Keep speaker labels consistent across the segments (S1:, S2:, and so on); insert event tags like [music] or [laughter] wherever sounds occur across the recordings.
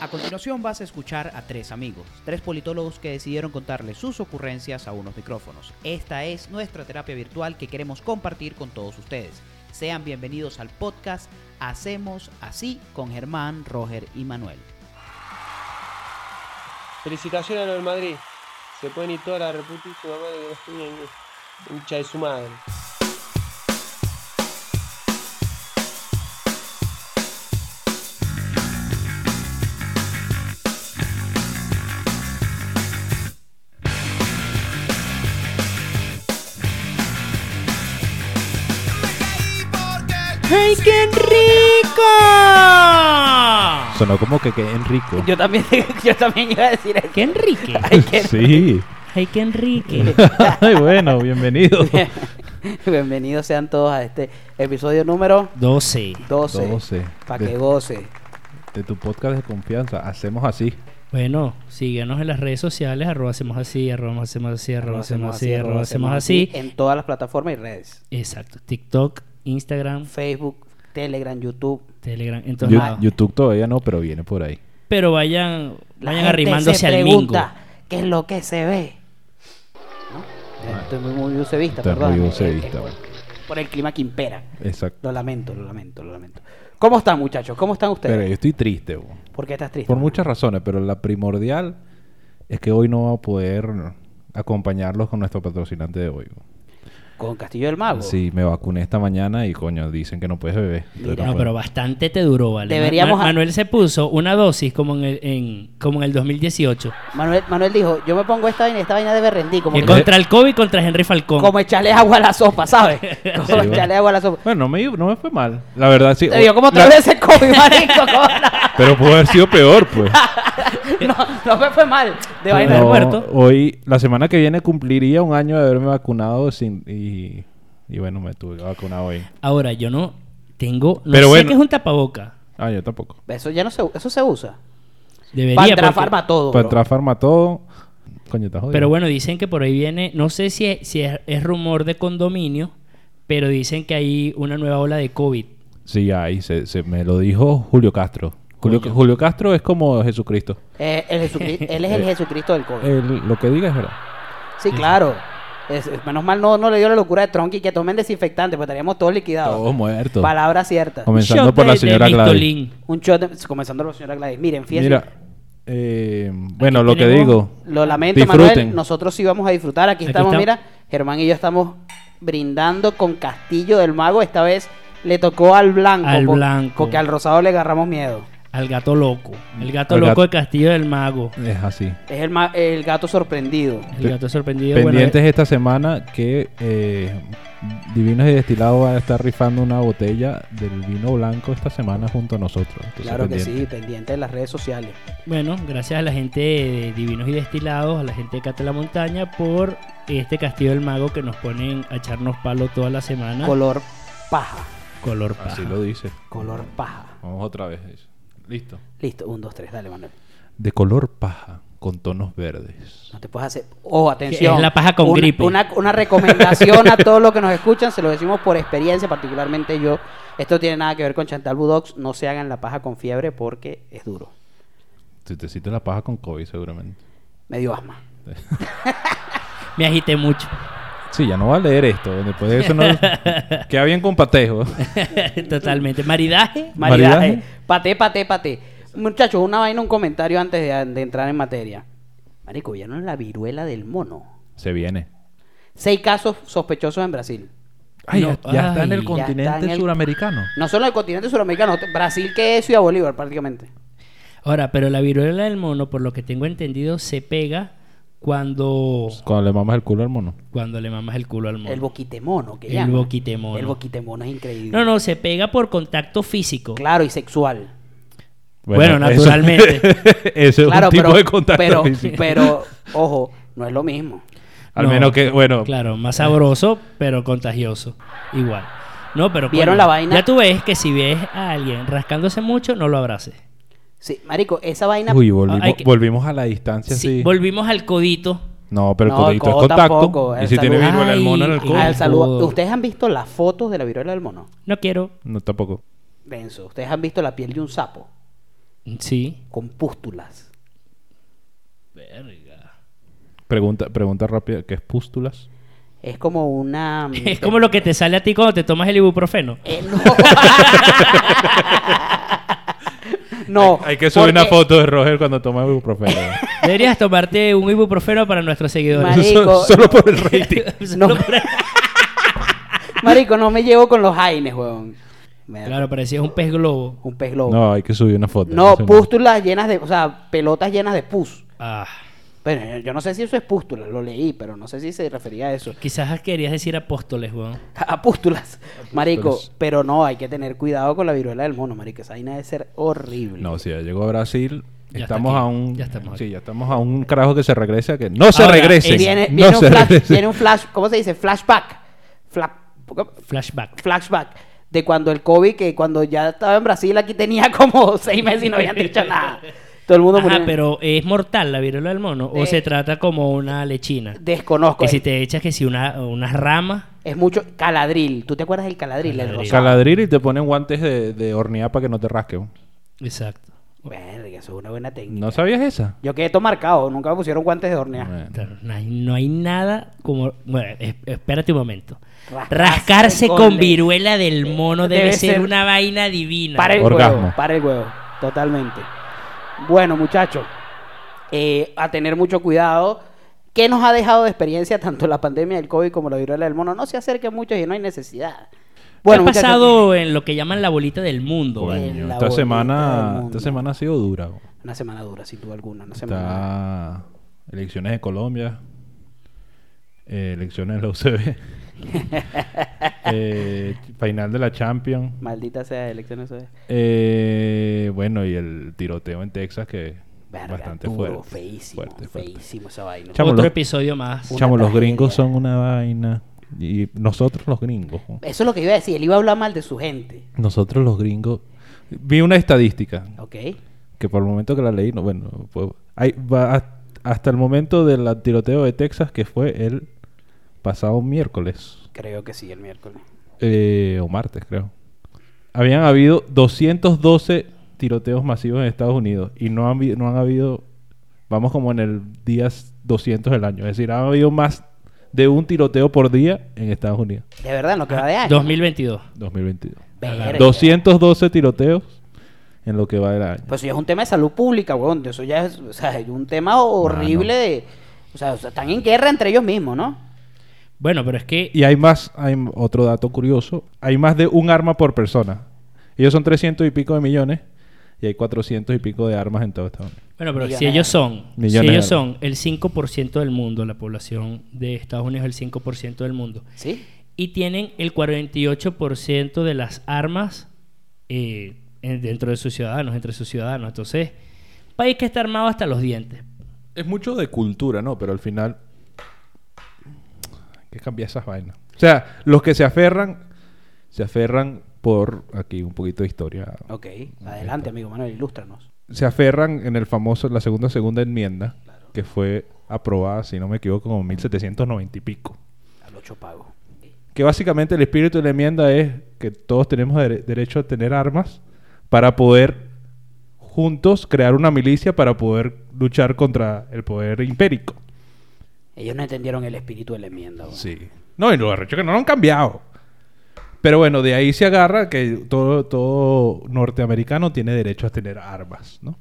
S1: A continuación vas a escuchar a tres amigos, tres politólogos que decidieron contarle sus ocurrencias a unos micrófonos. Esta es nuestra terapia virtual que queremos compartir con todos ustedes. Sean bienvenidos al podcast Hacemos Así con Germán, Roger y Manuel.
S2: Felicitaciones a los del Madrid. Se pueden ir toda la reputísima madre que nos tienen hincha de su madre.
S3: ¡Ay, qué rico!
S4: Sonó como que, que Enrico.
S3: Yo también, [laughs] yo también iba a decir eso.
S1: ¡Qué Enrique!
S3: [laughs] Ay, qué,
S4: Sí.
S3: ay, qué [laughs] Enrique.
S4: Ay, bueno,
S3: [laughs]
S4: bienvenido.
S3: [laughs] Bienvenidos sean todos a este episodio número
S5: 12.
S3: 12.
S4: 12.
S3: Para que
S4: De,
S3: goce.
S4: de tu podcast de confianza. Hacemos así.
S5: Bueno, síguenos en las redes sociales, arroba hacemos así, arroba hacemos así, arroba hacemos así, arroba hacemos así.
S3: En todas las plataformas y redes.
S5: Exacto, TikTok, Instagram,
S3: Facebook, Telegram, YouTube.
S5: Telegram, en todos
S4: Yo-
S5: lados.
S4: YouTube todavía no, pero viene por ahí.
S5: Pero vayan,
S3: La
S5: vayan
S3: gente
S5: arrimándose
S3: se
S5: al mingo.
S3: pregunta, ¿Qué es lo que se ve? ¿No? Eh, Estoy muy, muy usevista,
S4: Está
S3: perdón. Eh,
S4: muy usevista, bueno.
S3: Por el clima que impera.
S4: Exacto.
S3: Lo lamento, lo lamento, lo lamento. ¿Cómo están, muchachos? ¿Cómo están ustedes?
S4: Pero yo estoy triste, bo.
S3: ¿Por qué estás triste?
S4: por muchas razones, pero la primordial es que hoy no va a poder acompañarlos con nuestro patrocinante de hoy. bo.
S3: Con Castillo del Mago.
S4: Sí, me vacuné esta mañana y coño, dicen que no puedes beber. Entonces
S5: No,
S4: puedo.
S5: pero bastante te duró, ¿vale?
S3: Deberíamos
S5: Ma-
S3: a-
S5: Manuel se puso una dosis como en el, en- como en el 2018.
S3: Manuel, Manuel dijo, yo me pongo esta vaina, esta vaina de berrendí, como,
S5: Y
S3: que-
S5: contra el COVID, contra Henry Falcón.
S3: como echarle agua a la sopa, [laughs] ¿sabes? Como
S4: Sí, bueno.
S3: echarle agua a la sopa.
S4: Bueno, no me, no me fue mal. La verdad, sí.
S3: Te dio como
S4: la-
S3: tres veces
S4: [laughs]
S3: COVID, marico. ¿cómo no?
S4: Pero pudo haber sido peor,
S3: [laughs]
S4: pues.
S3: Ah, No, no me fue mal. De vaina.
S5: haber
S4: No,
S5: muerto.
S4: Hoy, la semana que viene cumpliría un año de haberme vacunado sin y, y bueno, me tuve que vacunar hoy.
S5: Ahora, yo no tengo... No
S4: Pero
S5: sé
S4: bueno.
S5: que es un tapaboca.
S4: Ah, yo tampoco.
S3: Eso ya no se, eso se usa.
S5: Debería,
S3: Pantra
S5: porque-
S3: farma todo.
S4: Para
S3: bro.
S4: atrás farma todo. Coño, estás jodido.
S5: Pero bueno, dicen que por ahí viene, no sé si es, si es, es rumor de condominio, pero dicen que hay una nueva ola de COVID.
S4: Sí, ahí se, se me lo dijo Julio Castro. Julio, Julio Castro es como Jesucristo.
S3: Eh, el Jesucri- él es el
S4: Eh.
S3: Jesucristo del COVID.
S4: Él- lo que diga es verdad.
S3: Sí, claro. Es- es- menos mal no, no le dio la locura de Tronqui que tomen desinfectante, pues estaríamos todos liquidados.
S4: Todos muertos.
S3: Palabra cierta.
S4: Comenzando
S5: Shot
S4: por la
S5: de- de
S4: señora Gladys.
S5: Mictolin.
S3: Un shot, de- comenzando por la señora Gladys. Miren, fíjense.
S4: Mira, eh, bueno,
S5: Aquí
S4: lo que
S5: tenemos-
S4: digo.
S3: Lo lamento, Manuel.
S4: Disfruten.
S3: Nosotros sí vamos a disfrutar. Aquí,
S5: Aquí
S3: estamos,
S5: está-
S3: mira. Germán y yo estamos brindando con Castillo del Mago. Esta vez le tocó al blanco.
S5: Al
S3: po-
S5: blanco.
S3: Porque al rosado le agarramos miedo.
S5: Al gato loco. El gato
S4: Al
S5: loco
S4: gato-
S5: de Castillo del Mago.
S4: Es así.
S3: Es el, ma- el gato sorprendido.
S5: El gato sorprendido. bueno,
S4: Pendientes esta semana que eh, Divinos y Destilados va a estar rifando una botella del vino blanco esta semana junto a nosotros. Entonces,
S3: claro que sí,
S4: pendiente.
S3: pendiente de las redes sociales.
S5: eh, bueno, gracias a la gente de Divinos y Destilados, a la gente de Cate la Montaña, por este Castillo del Mago que nos ponen a echarnos palo toda la semana.
S3: Color paja.
S5: Color paja.
S4: Así lo dice.
S3: Color paja.
S4: Vamos otra vez. Listo.
S3: Listo, un, dos, tres, dale, Manuel.
S4: De color paja con tonos verdes.
S3: No te puedes hacer. Oh, atención.
S5: Es la paja con
S3: Una-
S5: gripe.
S3: Una, una recomendación a todos los que nos escuchan, se lo decimos por experiencia, particularmente yo. Esto tiene nada que ver con Chantal Budox. No se hagan la paja con fiebre porque es duro.
S4: Si te hiciste la paja con COVID seguramente. [laughs]
S3: Me dio asma.
S5: Me agité mucho. [laughs]
S4: Sí, ya no va a leer esto. Después de eso no... Queda bien con patejo.
S5: Totalmente. Maridaje.
S3: Maridaje.
S4: ¿Maridaje?
S3: Paté, paté, paté. Muchachos, una vaina, un comentario antes de, de entrar en materia. Marico, ya no es la viruela del mono.
S4: Se viene.
S3: Seis casos sospechosos en Brasil.
S4: Ay,
S5: No,
S4: ya, ya está en el
S5: ay.
S3: Ya está en
S4: continente
S3: el-
S4: suramericano.
S3: No solo en el continente suramericano, Brasil que es Ciudad Bolívar prácticamente.
S5: Ahora, pero la viruela del mono, por lo que tengo entendido, se pega cuando,
S4: Cuando le mamas el culo al mono.
S5: cuando le mamas el culo al mono.
S3: El boquitemono, que
S5: El
S3: llaman.
S5: boquitemono.
S3: El boquitemono es increíble.
S5: no, no, se pega por contacto físico.
S3: Claro, y sexual.
S5: Bueno,
S4: eso-
S5: naturalmente.
S4: [laughs] ese es
S3: claro,
S4: un tipo
S3: pero,
S4: de contacto
S3: pero,
S4: físico.
S3: pero, ojo, no es lo mismo.
S4: Al
S5: No.
S4: menos que, bueno,
S5: Claro, más sabroso, pero contagioso. Igual. No, pero
S3: ¿Vieron
S5: coño,
S3: la vaina?
S5: Ya tú ves que si ves a alguien rascándose mucho, no lo abraces.
S3: Sí, marico, esa vaina...
S4: Uy, volvimos,
S5: hay que-
S4: volvimos a la distancia,
S5: Sí,
S4: sí.
S5: Volvimos al codito.
S4: No, pero el
S3: No,
S4: codito
S3: el
S4: es
S3: codo
S4: contacto.
S3: tampoco, el
S4: y si tiene
S3: saludo.
S4: viruela del mono en el
S5: Ay,
S4: codo.
S3: Ah, el saludo.
S5: Joder.
S3: ¿Ustedes han visto las fotos de la viruela del mono?
S5: No quiero.
S4: No, tampoco.
S3: Denso. ¿Ustedes han visto la piel de un sapo?
S5: Sí.
S3: con pústulas.
S5: Verga.
S4: Pregunta, pregunta rápida, ¿qué es pústulas?
S3: Es como una... mm,
S5: [laughs] Es como lo que te sale a ti cuando te tomas el ibuprofeno.
S3: Eh, [laughs] no. no.
S4: Hay que subir una
S3: porque-
S4: foto de Roger cuando toma ibuprofeno.
S3: [laughs]
S5: Deberías tomarte un ibuprofeno para nuestros seguidores.
S3: Marico.
S4: solo, solo por el rating.
S5: [laughs] Solo
S3: No.
S5: para-
S3: Marico, no me llevo con los jaines, weón. Me-
S5: Claro, parecías un pez globo.
S3: Un pez globo. No,
S4: No, hay que subir una foto. sé,
S3: pústulas llenas de... O sea, pelotas llenas de pus.
S5: Ah,
S3: Bueno, yo no sé si eso es pústulas, lo leí, pero no sé si se refería a eso. [laughs]
S5: quizás querías decir apóstoles, weón.
S3: A pústulas, marico.
S4: Apústulas.
S3: Pero no, hay que tener cuidado con la viruela del mono, marico. Esa vaina debe ser horrible.
S4: No, si ya llegó a Brasil,
S5: Ya está
S4: estamos
S5: aquí,
S4: a un.
S5: ya estamos aquí.
S4: sí, ya estamos a un carajo que se regrese a que. ¡No se
S5: Ahora,
S4: regrese!
S5: eh,
S3: viene,
S4: no
S3: viene un
S4: se [laughs]
S3: flash,
S4: regrese.
S3: viene un flash, ¿cómo se dice? Flashback. Fla-
S5: Flashback.
S3: flashback. De cuando el COVID, que cuando ya estaba en Brasil, aquí tenía [laughs] como seis meses y no habían dicho nada. Todo el mundo
S5: Ajá,
S3: murió.
S5: pero eh, ¿es mortal la viruela del mono o
S3: De-
S5: se trata como una lechina?
S3: Desconozco.
S5: Que si
S3: es,
S5: te echas que si una, unas ramas.
S3: es mucho. Caladril. ¿Tú te acuerdas del caladril? El
S5: Caladril.
S3: rosado.
S4: Caladril y te ponen guantes de, de hornear para que no te rasquen.
S5: Exacto.
S3: Verga, eso es una buena técnica.
S4: ¿No sabías esa?
S3: Yo quedé todo marcado. Nunca me pusieron guantes de hornea.
S4: Bueno.
S5: Claro, no, hay, no hay nada como. Bueno, es- espérate un momento.
S3: Rascarse
S5: Rascarse
S3: con
S5: con,
S3: le- Eh,
S5: viruela del mono debe,
S3: debe
S5: ser
S3: ser-
S5: una vaina divina.
S3: Para el
S4: Orgasmo.
S3: huevo, para el huevo, totalmente. Bueno, muchachos, eh, a tener mucho cuidado. ¿Qué nos ha dejado de experiencia [laughs] tanto la pandemia del COVID como la viruela del mono? No se acerquen mucho y no hay necesidad.
S5: ¿Qué ha
S3: muchachos,
S5: pasado
S3: eh,
S5: en lo que llaman la bolita del mundo?
S4: Coño,
S3: En
S5: vale?
S3: la
S4: esta
S3: bolita del
S4: semana,
S3: mundo.
S4: esta semana ha sido dura. güey.
S3: Una semana dura, sin duda alguna. Una semana
S4: Está elecciones de Colombia, eh, elecciones de
S3: [laughs]
S4: la UCB, eh, final de la Champions.
S3: Maldita sea elecciones. eh.
S4: eh, bueno, y el tiroteo en Texas que
S3: Verga,
S4: bastante
S3: duro,
S4: fuerte.
S3: feísimo,
S4: fuerte, fuerte.
S3: feísimo esa vaina.
S4: Chamo,
S5: Otro
S4: lo-
S5: episodio más.
S3: Una
S4: Chamo, los
S3: tragedia.
S4: gringos son una vaina. Y nosotros los gringos. güey.
S3: Eso es lo que iba a decir. Él iba a hablar mal de su gente,
S4: Nosotros los gringos. Vi una estadística
S3: ¿ok?
S4: que por el momento que la leí, no, bueno, pues, hay, va a- hasta el momento del tiroteo de Texas, que fue el pasado miércoles
S3: Creo que sí, el miércoles.
S4: eh, o martes, creo. Habían habido 212 tiroteos masivos en Estados Unidos y no han, vi- no han habido, vamos como en el día 200 del año, es decir, ha habido más de un tiroteo por día en Estados Unidos,
S3: De verdad, en lo que
S4: Ah,
S3: va de año.
S5: 2022.
S4: 2022.
S3: Verga.
S4: 212 tiroteos en lo que va del año.
S3: Pues eso ya es un tema de salud pública, weón. Eso ya es o sea, es un
S4: Ah,
S3: tema horrible de... O sea, o sea, están en guerra entre ellos mismos, ¿no?
S5: Bueno, pero es que
S4: Y hay más, hay m- otro dato curioso, hay más de un arma por persona. Ellos son 300 y pico de millones y hay 400 y pico de armas en todo este Estados Unidos.
S5: Bueno, pero si
S3: Millonario.
S5: ellos son, si
S4: Millonario.
S5: ellos son el 5% del mundo, la población de Estados Unidos es el 5% del mundo,
S3: Sí.
S5: y tienen el 48% de las armas eh, en- dentro de sus ciudadanos, entre sus ciudadanos. Entonces, país que está armado hasta los dientes.
S4: Es mucho de cultura, ¿no? Pero al final hay que cambiar esas vainas. O sea, los que se aferran, se aferran por, aquí un poquito de historia,
S3: Ok. Adelante, amigo Manuel, ilústranos.
S4: se aferran en el famoso, la segunda, segunda enmienda, que fue aprobada, si no me equivoco, como 1790 y pico.
S3: Al ocho pago.
S4: Que básicamente el espíritu de la enmienda es que todos tenemos dere- derecho a tener armas para poder juntos crear una milicia para poder luchar contra el poder impérico.
S3: Ellos no entendieron el espíritu de la enmienda, weón.
S4: Sí. No, y lo arrecho que no lo han cambiado. Pero bueno, de ahí se agarra que todo, todo norteamericano tiene derecho a tener armas, ¿no?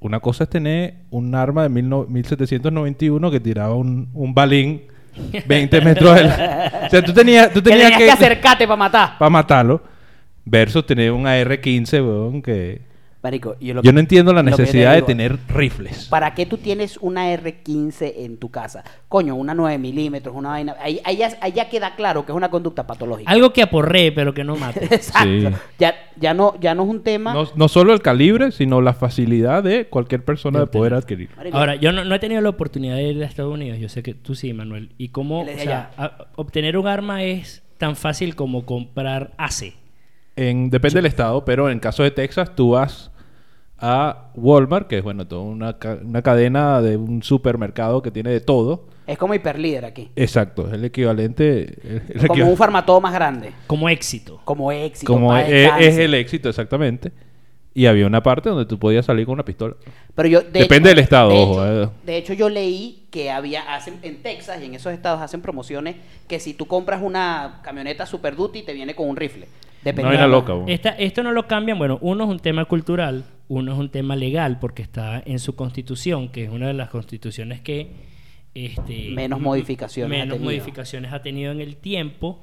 S4: Una cosa es tener un arma de mil no- 1791 que tiraba un, un balín 20 metros del... O sea, tú tenías, tú
S3: Que
S4: tenías
S3: tenías que acercarte para matar.
S4: para matarlo versus tener un AR-15, weón, que...
S3: Marico, yo, lo
S4: Yo
S3: que-
S4: no entiendo la
S3: lo que yo te
S4: necesidad de
S3: digo,
S4: tener rifles.
S3: ¿Para qué tú tienes una R15 en tu casa? Coño, una 9 milímetros, una vaina... Ahí, ahí ya, ahí ya queda claro que es una conducta patológica.
S5: Algo que aporree, pero que no mate.
S3: Exacto.
S4: Sí.
S3: Ya, ya, no, ya no es un tema...
S4: No, no solo el calibre, sino la facilidad de cualquier persona de poder adquirir.
S3: [laughs] Marico,
S5: Ahora, yo no, no he tenido la oportunidad de ir a Estados Unidos, yo sé que tú sí, Manuel. ¿Y cómo
S3: Él es
S5: o
S3: de
S5: sea, a- obtener un arma es tan fácil como comprar ACE?
S4: En- depende del estado, pero en caso de Texas, tú vas a Walmart, que es bueno, toda una, ca- una cadena de un supermercado que tiene de todo.
S3: Es como hiperlíder
S4: [laughs]
S3: aquí.
S4: Exacto, es el equivalente. el- el
S3: Como un
S4: equival-
S3: farmatodo más grande.
S5: Como éxito.
S3: Como éxito.
S4: como e-,
S3: paz,
S4: es, es
S3: descanse.
S4: el éxito, exactamente. Y había una parte donde tú podías salir con una pistola.
S3: Pero yo, de
S4: Depende del estado,
S3: de
S4: ojo,
S3: hecho-
S4: eh.
S3: De hecho, yo leí que había, hacen, en Texas y en esos estados hacen promociones que si tú compras una camioneta Super Duty te viene con un rifle.
S4: Una
S3: Depende.
S4: vaina loca, weón.
S5: Esta- esto no lo cambian. Bueno, uno es un tema cultural, uno es un tema legal, porque está en su constitución, que es una de las constituciones que. Este,
S3: Menos modificaciones ha
S5: Menos
S3: tenido.
S5: modificaciones ha tenido en el tiempo.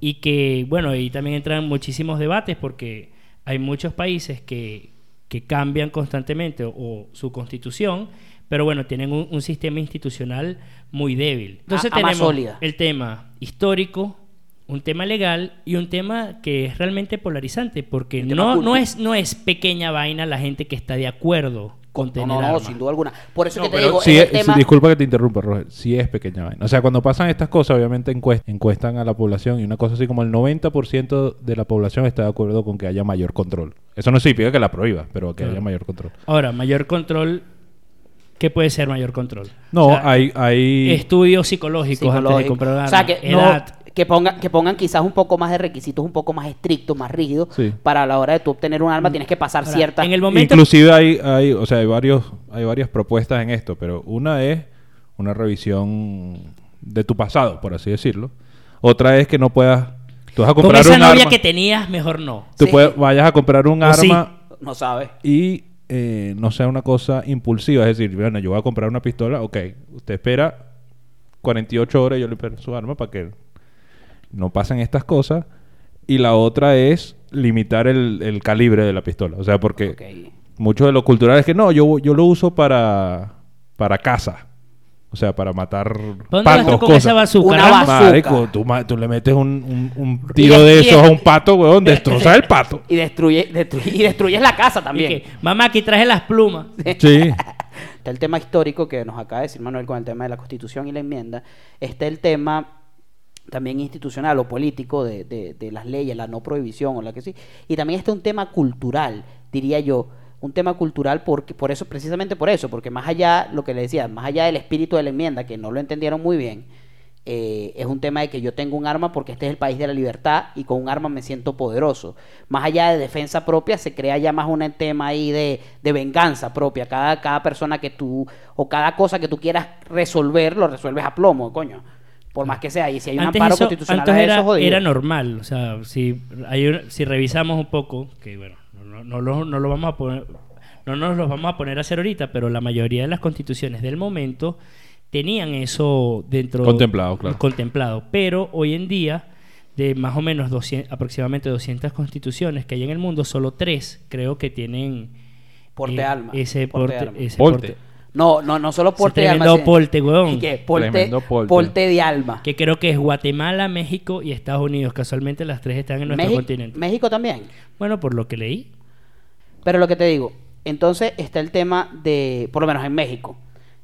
S5: Y que, bueno, ahí también entran muchísimos debates, porque hay muchos países que, que cambian constantemente o, o su constitución, pero bueno, tienen un, un sistema institucional muy débil. Entonces
S3: A- a Ah, más
S5: tenemos
S3: sólida.
S5: el tema histórico, un tema legal y un tema que es realmente polarizante, porque
S3: El tema
S5: no, no,
S3: cultu-
S5: es, no es pequeña vaina la gente que está de acuerdo con,
S3: No,
S5: tener
S3: no, no,
S5: armas.
S3: sin duda alguna. Por eso
S4: No,
S3: que te
S4: pero
S3: digo,
S4: sí
S3: es el
S4: es-
S3: tema-
S4: disculpa que te interrumpa, Roger. Sí es pequeña vaina. O sea, cuando pasan estas cosas, obviamente encuest- encuestan a la población y una cosa así como el 90% de la población está de acuerdo con que haya mayor control. Eso no significa que la prohíba, pero que
S5: Claro.
S4: haya mayor control.
S5: Ahora, mayor control, ¿qué puede ser mayor control?
S4: No,
S5: O sea,
S4: hay... hay...
S5: estudios psicológicos antes de
S3: psicológico.
S5: comprar
S3: O sea,
S5: armas,
S3: que, no-
S5: edad.
S3: que, ponga- que pongan quizás un poco más de requisitos, un poco más estrictos, más rígidos.
S4: Sí.
S3: Para la hora de tú obtener un arma tienes que pasar
S5: Mm, Ahora,
S3: ciertas...
S5: en el momento
S4: Inclusive hay, hay, o sea, hay varios, hay varias propuestas en esto, pero una es una revisión de tu pasado, por así decirlo. Otra es que no puedas, tú vas a
S5: con
S4: comprar
S5: esa
S4: un
S5: novia
S4: arma,
S5: que tenías, mejor no.
S4: tú
S3: Sí.
S4: puedes- vayas a comprar un
S5: O sí.
S4: arma
S3: No sabes.
S4: y eh, no sea una cosa impulsiva, es decir, bueno, yo voy a comprar una pistola, ok, usted espera 48 horas, yo le espero su arma para que no pasen estas cosas. Y la otra es limitar el, el calibre de la pistola, o sea, porque
S3: Ok.
S4: mucho de lo cultural es que no, yo, yo lo uso para, para caza. O sea, para matar
S5: ¿Dónde vas tú
S4: patos,
S5: con
S4: cosas.
S5: esa bazooka?
S3: Una
S5: Rambo?
S3: bazooka.
S4: Marico, tú, ma- tú le metes un, un- un
S3: Y
S4: tiro
S3: le-
S4: de
S3: y
S4: esos
S3: le-
S4: a un pato, weón, destroza el
S3: [laughs]
S4: pato.
S3: Y, destruye, destruye- y destruyes la casa
S5: Y
S3: también.
S5: que, Mamá, aquí traje las plumas.
S4: Sí.
S3: Está el tema histórico que nos acaba de decir Manuel con el tema de la Constitución y la enmienda. Está el tema también institucional o político de, de- de las leyes, la no prohibición o la que sí. Y también está un tema cultural, diría yo. Un tema cultural porque, por eso, precisamente por eso, porque más allá, lo que le decía, más allá del espíritu de la enmienda, que no lo entendieron muy bien, eh, es un tema de que yo tengo un arma porque este es el país de la libertad y con un arma me siento poderoso. Más allá de defensa propia, se crea ya más un tema ahí de, de venganza propia. Cada, cada persona que tú, o cada cosa que tú quieras resolver, lo resuelves a plomo, coño. Por más que sea, y si hay un
S5: antes
S3: amparo
S5: eso-
S3: constitucional
S5: antes
S3: a eso,
S5: era,
S3: jodido.
S5: era normal. O sea, si, hay un- si revisamos un poco, que bueno, no, no lo, no lo vamos a poner, no nos los vamos a poner a hacer ahorita, pero la mayoría de las constituciones del momento tenían eso dentro.
S4: Contemplado, claro.
S5: Contemplado. Pero hoy en día, de más o menos 200, aproximadamente 200 constituciones que hay en el mundo, solo tres creo que tienen.
S3: Porte
S5: eh,
S3: alma,
S5: Ese
S3: porte
S5: porte.
S3: alma.
S5: ese
S4: Porte.
S3: No, no, no solo
S5: Ese
S3: porte de alma.
S5: tremendo
S3: sino-
S5: porte, weón.
S3: ¿Y qué? Porte-
S4: Tremendo porte.
S3: porte de alma.
S5: que creo que es Guatemala, México y Estados Unidos. Casualmente las tres están en nuestro
S3: México-
S5: continente.
S3: México también.
S5: Bueno, por lo que leí.
S3: Pero lo que te digo, entonces está el tema de, por lo menos en México,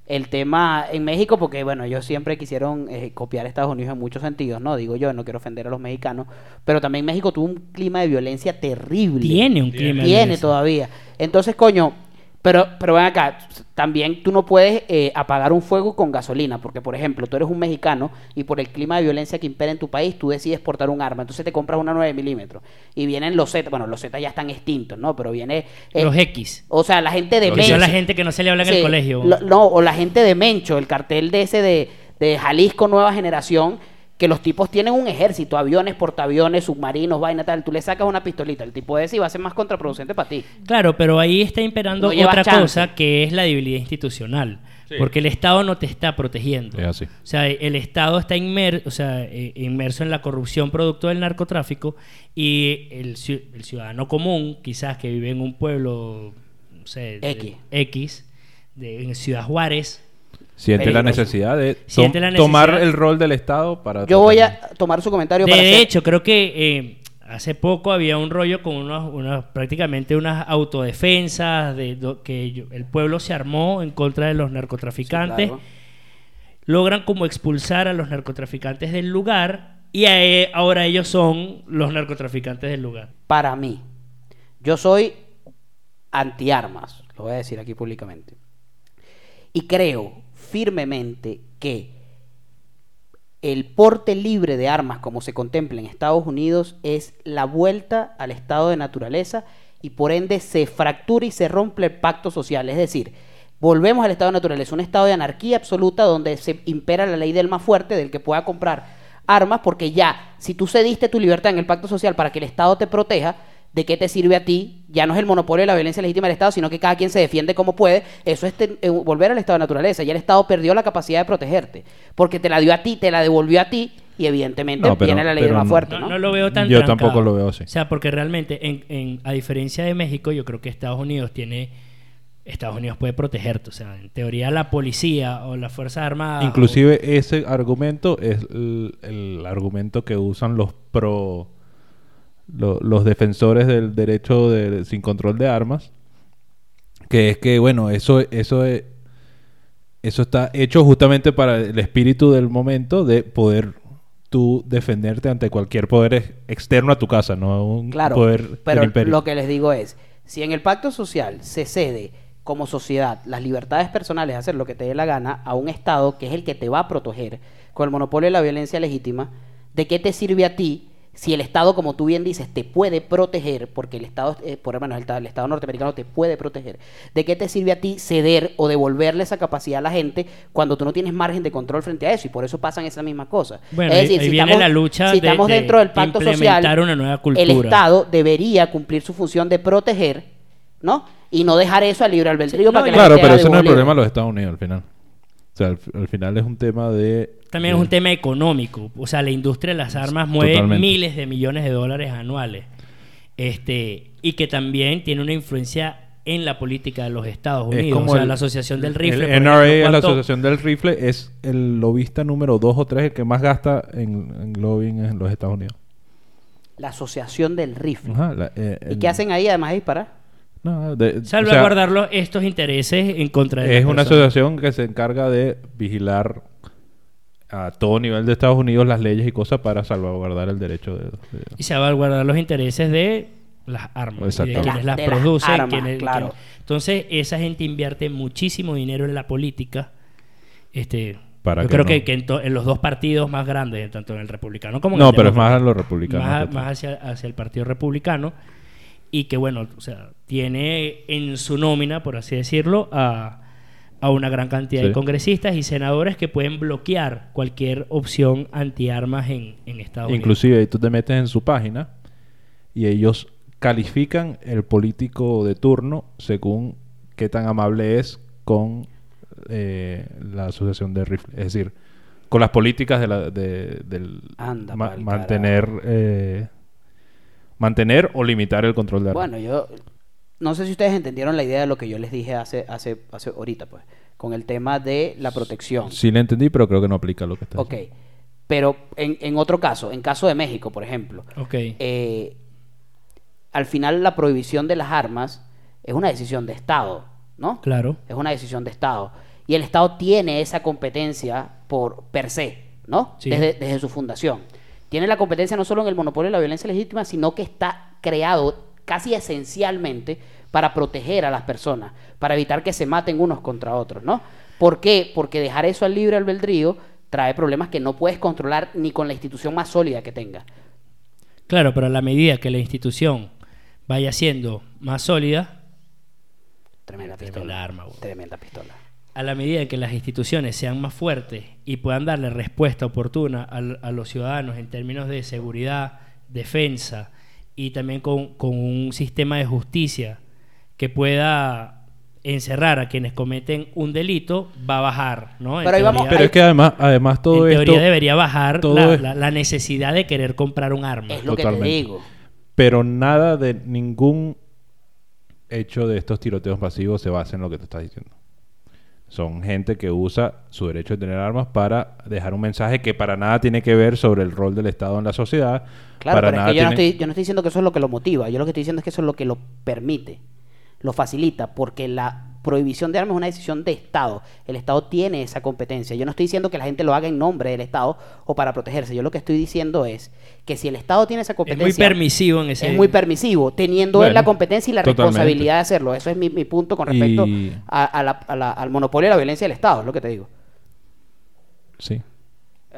S3: el tema en México, porque bueno, ellos siempre quisieron eh, copiar a Estados Unidos en muchos sentidos, ¿no? Digo yo, no quiero ofender a los mexicanos, pero también México tuvo un clima de violencia terrible.
S5: Tiene un clima.
S3: Tiene
S5: de violencia.
S3: todavía. Entonces, coño, pero, pero ven acá, también tú no puedes eh, apagar un fuego con gasolina, porque por ejemplo, tú eres un mexicano y por el clima de violencia que impera en tu país, tú decides portar un arma, entonces te compras una 9 milímetros y vienen los Z, bueno, los Z ya están extintos, ¿no? Pero viene... eh,
S5: Los X.
S3: o sea, la gente de
S5: Que
S3: Mencho.
S5: son la gente que no se le habla en
S3: Sí,
S5: el colegio.
S3: lo- no, o la gente de Mencho, el cartel de ese de, de Jalisco Nueva Generación, que los tipos tienen un ejército, aviones, portaaviones, submarinos, vaina tal. Tú le sacas una pistolita, el tipo de ese va a ser más contraproducente para ti.
S5: Claro, pero ahí está imperando
S3: No llevas
S5: otra
S3: chance.
S5: cosa que es la debilidad institucional. Porque el Estado no te está protegiendo.
S4: Es así.
S5: O sea, el Estado está inmer- o sea, eh, inmerso en la corrupción producto del narcotráfico y el, ciu- el ciudadano común, quizás que vive en un pueblo, no sé, de-
S3: X.
S5: X, de, en Ciudad Juárez,
S4: Siente la
S3: Peligroso.
S4: necesidad de to-
S5: Siente la necesidad-
S4: tomar el rol del Estado para...
S3: Yo voy a tomar su comentario para
S5: De
S3: hacer-
S5: hecho, creo que eh, hace poco había un rollo con unos, unos- prácticamente unas autodefensas de do- que yo- el pueblo se armó en contra de los narcotraficantes.
S3: claro.
S5: Logran como expulsar a los narcotraficantes del lugar y a- eh, ahora ellos son los narcotraficantes del lugar.
S3: para mí, yo soy antiarmas, lo voy a decir aquí públicamente. Y creo firmemente que el porte libre de armas como se contempla en Estados Unidos es la vuelta al estado de naturaleza y por ende se fractura y se rompe el pacto social. Es decir, volvemos al estado de naturaleza, un estado de anarquía absoluta donde se impera la ley del más fuerte, del que pueda comprar armas, porque ya, si tú cediste tu libertad en el pacto social para que el Estado te proteja, ¿de qué te sirve a ti? Ya no es el monopolio de la violencia legítima del Estado, sino que cada quien se defiende como puede. Eso es ten- eh, volver al estado de naturaleza. Ya el Estado perdió la capacidad de protegerte, porque te la dio a ti, te la devolvió a ti, y evidentemente
S4: No, pero-
S3: viene la ley
S4: pero
S3: del más
S4: no-
S3: fuerte,
S5: No,
S3: ¿no?
S5: no lo veo tan
S4: Yo
S5: trancado.
S4: tampoco lo veo así.
S5: O sea, porque realmente, en, en- a diferencia de México, yo creo que Estados Unidos tiene... Estados Unidos puede protegerte. O sea, en teoría la policía o las Fuerzas Armadas... o-
S4: Inclusive ese argumento es el, el argumento que usan los pro lo- los defensores del derecho de, sin control de armas, que es que bueno, eso eso es- eso está hecho justamente para el espíritu del momento de poder tú defenderte ante cualquier poder ex- externo a tu casa, no un
S3: Claro,
S4: poder
S3: pero
S4: del imperio.
S3: lo que les digo es, si en el pacto social se cede como sociedad las libertades personales, hacer lo que te dé la gana, a un Estado que es el que te va a proteger con el monopolio de la violencia legítima, ¿de qué te sirve a ti si el Estado, como tú bien dices, te puede proteger, porque el Estado, eh, por lo menos el, ta- el Estado norteamericano te puede proteger, ¿de qué te sirve a ti ceder o devolverle esa capacidad a la gente cuando tú no tienes margen de control frente a eso? Y por eso pasan esas mismas cosas.
S5: Bueno, ahí- ahí viene la lucha
S3: si
S5: de-
S3: estamos
S5: de
S3: dentro del pacto
S5: implementar
S3: social,
S5: una nueva
S3: el
S5: cultura.
S3: Estado Estado debería cumplir su función de proteger, ¿no? Y no dejar eso al libre albedrío
S5: Sí,
S3: para
S5: no,
S3: que
S5: y-
S3: la
S4: Claro,
S3: gente
S4: pero
S3: haga
S4: eso no es el
S3: libre.
S4: problema de los Estados Unidos al final. O sea, al, al final es un tema de... eh,
S5: También
S4: de-
S5: es un tema económico. O sea, la industria de las armas mueve
S4: Totalmente.
S5: miles de millones de dólares anuales. Este, y que también tiene una influencia en la política de los Estados Unidos. o sea,
S4: el-
S5: la Asociación del Rifle. por
S4: El NRA
S5: ejemplo,
S4: es la
S5: ¿cuánto-
S4: Asociación del Rifle, es el lobista número 2 o 3, el que más gasta en, en lobbying en los Estados Unidos.
S3: La asociación del rifle.
S4: Ajá, la- eh,
S3: ¿Y
S4: el-
S3: qué hacen ahí además de disparar?
S4: No, de- o sea,
S5: Salvaguardar los- estos intereses en contra de
S4: es
S5: las
S4: una
S5: personas.
S4: asociación que se encarga de vigilar a todo nivel de Estados Unidos las leyes y cosas para salvaguardar el derecho de... de-
S5: Y se va a guardar los intereses de las armas. y
S4: Exacto.
S5: de
S4: De
S5: quienes
S3: las-
S5: las
S3: de las
S5: producen.
S3: armas,
S5: quienes-
S3: claro.
S5: quienes- Entonces, esa gente invierte muchísimo dinero en la política. Este,
S4: Para
S5: yo
S4: que
S5: creo
S4: no.
S5: que, que en, to- en los dos partidos más grandes, tanto en el republicano como en
S4: No,
S5: el
S4: pero es
S5: demócrata.
S4: más a los republicanos.
S5: más,
S4: total.
S5: más hacia, hacia el Partido Republicano y que, bueno, o sea, tiene en su nómina, por así decirlo, a, a una gran cantidad
S4: Sí.
S5: de congresistas y senadores que pueden bloquear cualquier opción antiarmas en, en Estados
S4: Inclusive ahí tú te metes en su página y ellos califican el político de turno según qué tan amable es con eh, la asociación de rifle. Es decir, con las políticas de la, de- del
S3: Anda pa'l
S4: mantener eh, mantener o limitar el control de armas.
S3: Bueno, yo no sé si ustedes entendieron la idea de lo que yo les dije hace hace hace ahorita, pues, con el tema de la protección.
S4: sí le entendí, pero creo que no aplica lo que está.
S3: Ok. Pero en, en otro caso, en caso de México, por ejemplo,
S5: Unidos. Ok.
S3: eh, al final la prohibición de las armas es una decisión de Estado, ¿no?
S5: claro.
S3: Es una decisión de Estado. Y el Estado tiene esa competencia por per se, ¿no?
S5: Sí.
S3: Desde, desde su fundación. Tiene la competencia no solo en el monopolio de la violencia legítima, sino que está creado casi esencialmente para proteger a las personas, para evitar que se maten unos contra otros, ¿no? ¿Por qué? Porque dejar eso al libre albedrío trae problemas que no puedes controlar ni con la institución más sólida que tenga.
S5: Claro, pero a la medida que la institución vaya siendo más sólida,
S3: Tremenda
S5: Tremenda
S3: pistola.
S5: arma, güey.
S3: Tremenda pistola.
S5: a la medida en que las instituciones sean más fuertes y puedan darle respuesta oportuna al- a, los ciudadanos en términos de seguridad, defensa y también con, con un sistema de justicia que pueda encerrar a quienes cometen un delito, va a bajar, ¿no? En
S3: Pero ahí vamos-
S5: teoría-
S4: Pero es que además, además todo
S5: en
S4: esto.
S5: teoría debería bajar
S4: todo
S5: la,
S4: es-
S5: la- la necesidad de querer comprar un arma.
S3: Es lo que
S4: Totalmente.
S3: te digo.
S4: Pero nada de ningún hecho de estos tiroteos pasivos se basa en lo que te estás diciendo. Son gente que usa su derecho de tener armas para dejar un mensaje que para nada tiene que ver sobre el rol del Estado en la sociedad.
S3: Claro,
S4: para
S3: pero es
S4: nada
S3: que yo, no
S4: tiene-
S3: estoy, yo no estoy diciendo que eso es lo que lo motiva, yo lo que estoy diciendo es que eso es lo que lo permite, lo facilita, porque la prohibición de armas es una decisión de Estado. El Estado tiene esa competencia. Yo no estoy diciendo que la gente lo haga en nombre del Estado o para protegerse. Yo lo que estoy diciendo es que si el Estado tiene esa
S5: es
S3: competencia.
S5: muy permisivo en ese...
S3: es muy permisivo, teniendo él
S4: Bueno,
S3: la competencia y la
S4: totalmente.
S3: responsabilidad de hacerlo. Eso es mi, mi punto con respecto
S4: Y-
S3: a- a la- a la- al monopolio de la violencia del Estado, es lo que te digo.
S4: Sí.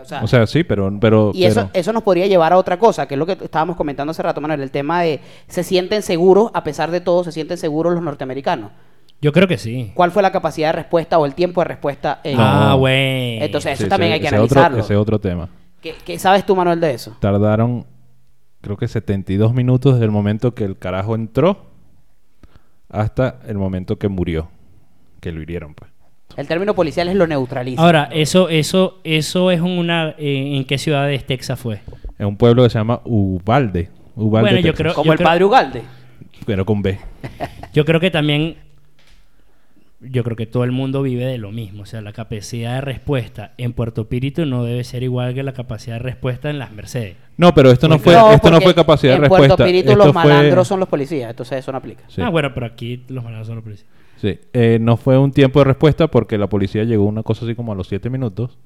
S3: O sea,
S4: O sea, sí, pero... pero,
S3: Ah. y eso,
S4: pero-
S3: eso nos podría llevar a otra cosa, que es lo que estábamos comentando hace rato, Manuel, el tema de se sienten seguros, a pesar de todo, se sienten seguros los norteamericanos.
S5: Yo creo que sí.
S3: ¿Cuál fue la capacidad de respuesta o el tiempo de respuesta? en-
S5: Ah,
S4: No.
S5: güey.
S3: Entonces, eso
S4: Sí,
S3: también
S4: ese-
S3: hay que
S4: ese otro-
S3: analizarlo.
S4: ese es otro tema.
S3: ¿Qué, qué sabes tú, Manuel, de eso?
S4: Tardaron, creo que 72 minutos desde el momento que el carajo entró hasta el momento que murió. Que lo hirieron, pues.
S3: El término policial es lo neutraliza.
S5: Ahora, eso, eso, eso es una. eh, ¿En qué ciudades Texas fue?
S4: En un pueblo que se llama Ubalde. Ubalde,
S5: Bueno, yo
S4: Texas.
S5: creo-
S3: como el
S5: creo-
S3: padre Ugalde.
S4: Pero con B.
S5: Yo creo que también. Yo creo que todo el mundo vive de lo mismo. O sea, la capacidad de respuesta en Puerto Píritu no debe ser igual que la capacidad de respuesta en las Mercedes.
S4: No, pero esto no fue, esto no
S3: porque
S4: fue capacidad de
S3: en
S4: respuesta.
S3: Puerto Pirito
S4: Esto
S3: los
S4: fue-
S3: malandros son los policías, entonces eso no aplica.
S4: Sí.
S5: Ah, bueno, pero aquí los malandros son los policías.
S4: Sí, eh, no fue un tiempo de respuesta porque la policía llegó una cosa así como a los siete minutos.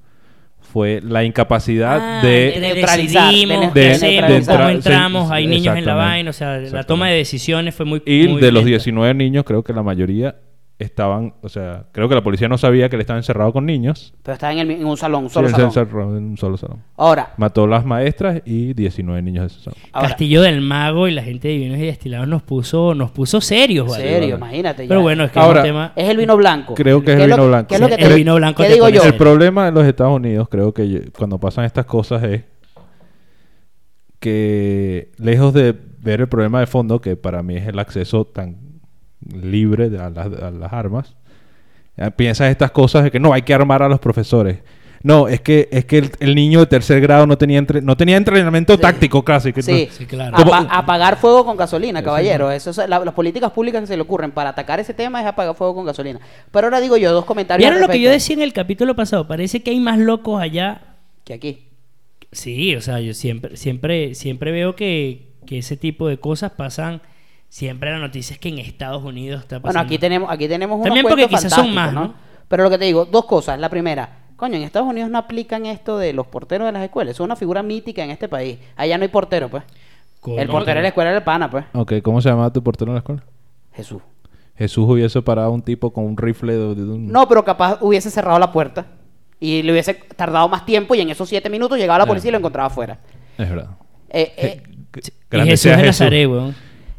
S4: Fue la incapacidad
S5: Ah,
S4: de...
S3: neutralizar,
S5: decidimos,
S4: de-
S5: qué
S4: de
S5: hacemos,
S4: entra-
S5: cómo
S4: sí,
S5: entramos,
S4: sí,
S5: hay niños en la
S4: exactamente,
S5: vaina, o sea, la
S4: exactamente.
S5: toma de decisiones fue muy
S4: Y
S5: muy
S4: de los
S5: lenta.
S4: 19 niños, creo que la mayoría estaban... O sea, creo que la policía no sabía que le estaban encerrado con niños.
S3: Pero está en, el mi- en un salón, un solo
S4: Sí, se
S3: salón.
S4: encerró en un solo salón.
S3: Ahora,
S4: Mató a las maestras y 19 niños de ese salón.
S3: ahora
S5: Castillo del Mago y la gente de Divinos y Destilados nos puso nos puso serios,
S3: en
S5: ¿vale?
S3: serio,
S4: vale.
S3: imagínate.
S5: Pero
S3: ya.
S5: bueno, es que
S4: Ahora-
S5: es un tema
S3: es el vino blanco.
S4: Creo que es
S3: ¿Qué
S4: el
S3: lo-
S4: vino blanco.
S3: ¿Qué es lo que
S5: El
S3: te-
S5: vino blanco
S3: ¿Qué
S5: te
S3: digo
S5: pone
S3: yo?
S5: serio.
S4: El problema de los Estados Unidos, creo que yo- cuando pasan estas cosas es que lejos de ver el problema de fondo, que para mí es el acceso tan libre de- a, las, a las armas, eh, piensas estas cosas de que no, hay que armar a los profesores. No, es que es que el, el niño de tercer grado no tenía entre- no tenía entrenamiento táctico casi. que
S3: Sí,
S4: no-
S5: Sí, claro.
S3: Apa-
S4: Como-
S3: apagar fuego con gasolina, caballero. Eso es- la- las políticas públicas que se le ocurren para atacar ese tema es apagar fuego con gasolina. Pero ahora digo yo dos comentarios.
S5: ¿Vieron
S3: al
S5: lo que yo
S3: respecto.
S5: decía en el capítulo pasado? Parece que hay más locos allá.
S3: Que aquí.
S5: Sí, o sea, yo siempre siempre siempre veo que, que ese tipo de cosas pasan siempre la noticia es que en Estados Unidos está
S3: Bueno,
S5: pasando.
S3: aquí tenemos, aquí tenemos unos
S5: También porque
S3: cuentos
S5: quizás son
S3: fantásticos,
S5: más, ¿no?
S3: Pero lo que te digo, dos cosas. La primera, coño, en Estados Unidos no aplican esto de los porteros de las escuelas. Eso es una figura mítica en este país. Allá no hay portero, pues.
S5: Coño,
S3: El portero de la escuela era el pana, pues.
S4: Ok, ¿cómo se llamaba tu portero en la escuela?
S3: Jesús.
S4: Jesús hubiese parado a un tipo con un rifle de, de un...
S3: No, pero capaz hubiese cerrado la puerta y le hubiese tardado más tiempo y en esos siete minutos llegaba la policía y lo encontraba afuera.
S4: Es verdad.
S3: Eh, eh,
S5: Y
S4: Grande
S5: Jesús
S4: sea
S5: de Nazaret, weón.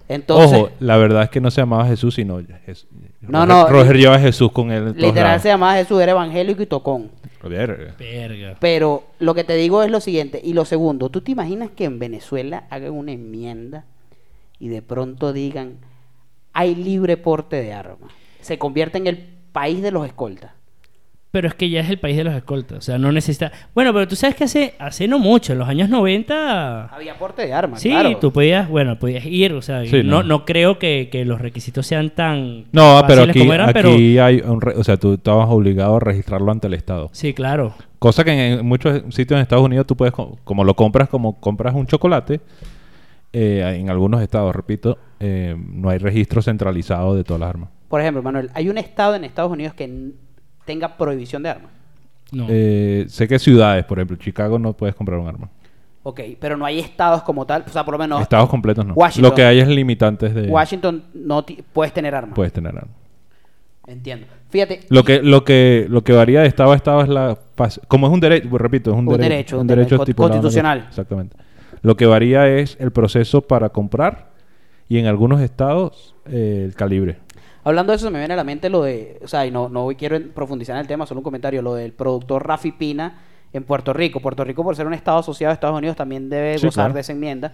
S3: entonces,
S4: Ojo, la verdad es que no se llamaba Jesús, sino Jes-
S3: No,
S4: Roger,
S3: no,
S4: Roger lleva a Jesús con él. en todos
S3: literal
S4: lados.
S3: se llamaba Jesús, era evangélico y tocón.
S4: Verga.
S5: Verga.
S3: Pero lo que te digo es lo siguiente. Y lo segundo, ¿tú te imaginas que en Venezuela hagan una enmienda y de pronto digan, hay libre porte de armas? Se convierte en el país de los escoltas.
S5: Pero es que ya es el país de los escoltas. O sea, no necesita. Bueno, pero tú sabes que hace, hace no mucho, en los años 90.
S3: Había porte de armas,
S5: Sí,
S3: claro.
S5: tú podías, bueno, podías ir. O sea,
S4: Sí, ¿no?
S5: no, no creo que, que los requisitos sean tan.
S4: No, pero
S5: fáciles
S4: aquí,
S5: como eran,
S4: aquí
S5: pero-
S4: hay un... re- o sea, tú estabas obligado a registrarlo ante el Estado.
S5: Sí, claro.
S4: Cosa que en, en muchos sitios en Estados Unidos tú puedes... co- Como lo compras, como compras un chocolate, eh, en algunos estados, repito, eh, no hay registro centralizado de todas las armas.
S3: Por ejemplo, Manuel, hay un estado en Estados Unidos que n- tenga prohibición de armas.
S5: No.
S4: Eh, sé que ciudades, por ejemplo, Chicago no puedes comprar un arma.
S3: Ok, pero no hay estados como tal, o sea, por lo menos
S4: Estados completos no.
S3: Washington.
S4: Lo que hay es limitantes de...
S3: Washington no ti- puedes tener armas.
S4: Puedes tener armas.
S3: Entiendo. Fíjate,
S4: Lo que, lo que, lo que varía de estado a estado es la fase- como es un derecho, pues, repito, es un,
S3: Un derecho,
S4: derecho,
S3: un
S4: un
S3: derecho
S4: derecho
S3: co-
S4: estipulado en la
S3: constitucional.
S4: ley. Exactamente. Lo que varía es el proceso para comprar y en algunos estados eh, el calibre.
S3: Hablando de eso, se me viene a la mente lo de, o sea, y no, no quiero en- profundizar en el tema, solo un comentario, lo del productor Rafi Pina en Puerto Rico. Puerto Rico, por ser un estado asociado a Estados Unidos, también debe
S4: Sí,
S3: gozar
S4: claro.
S3: de esa enmienda.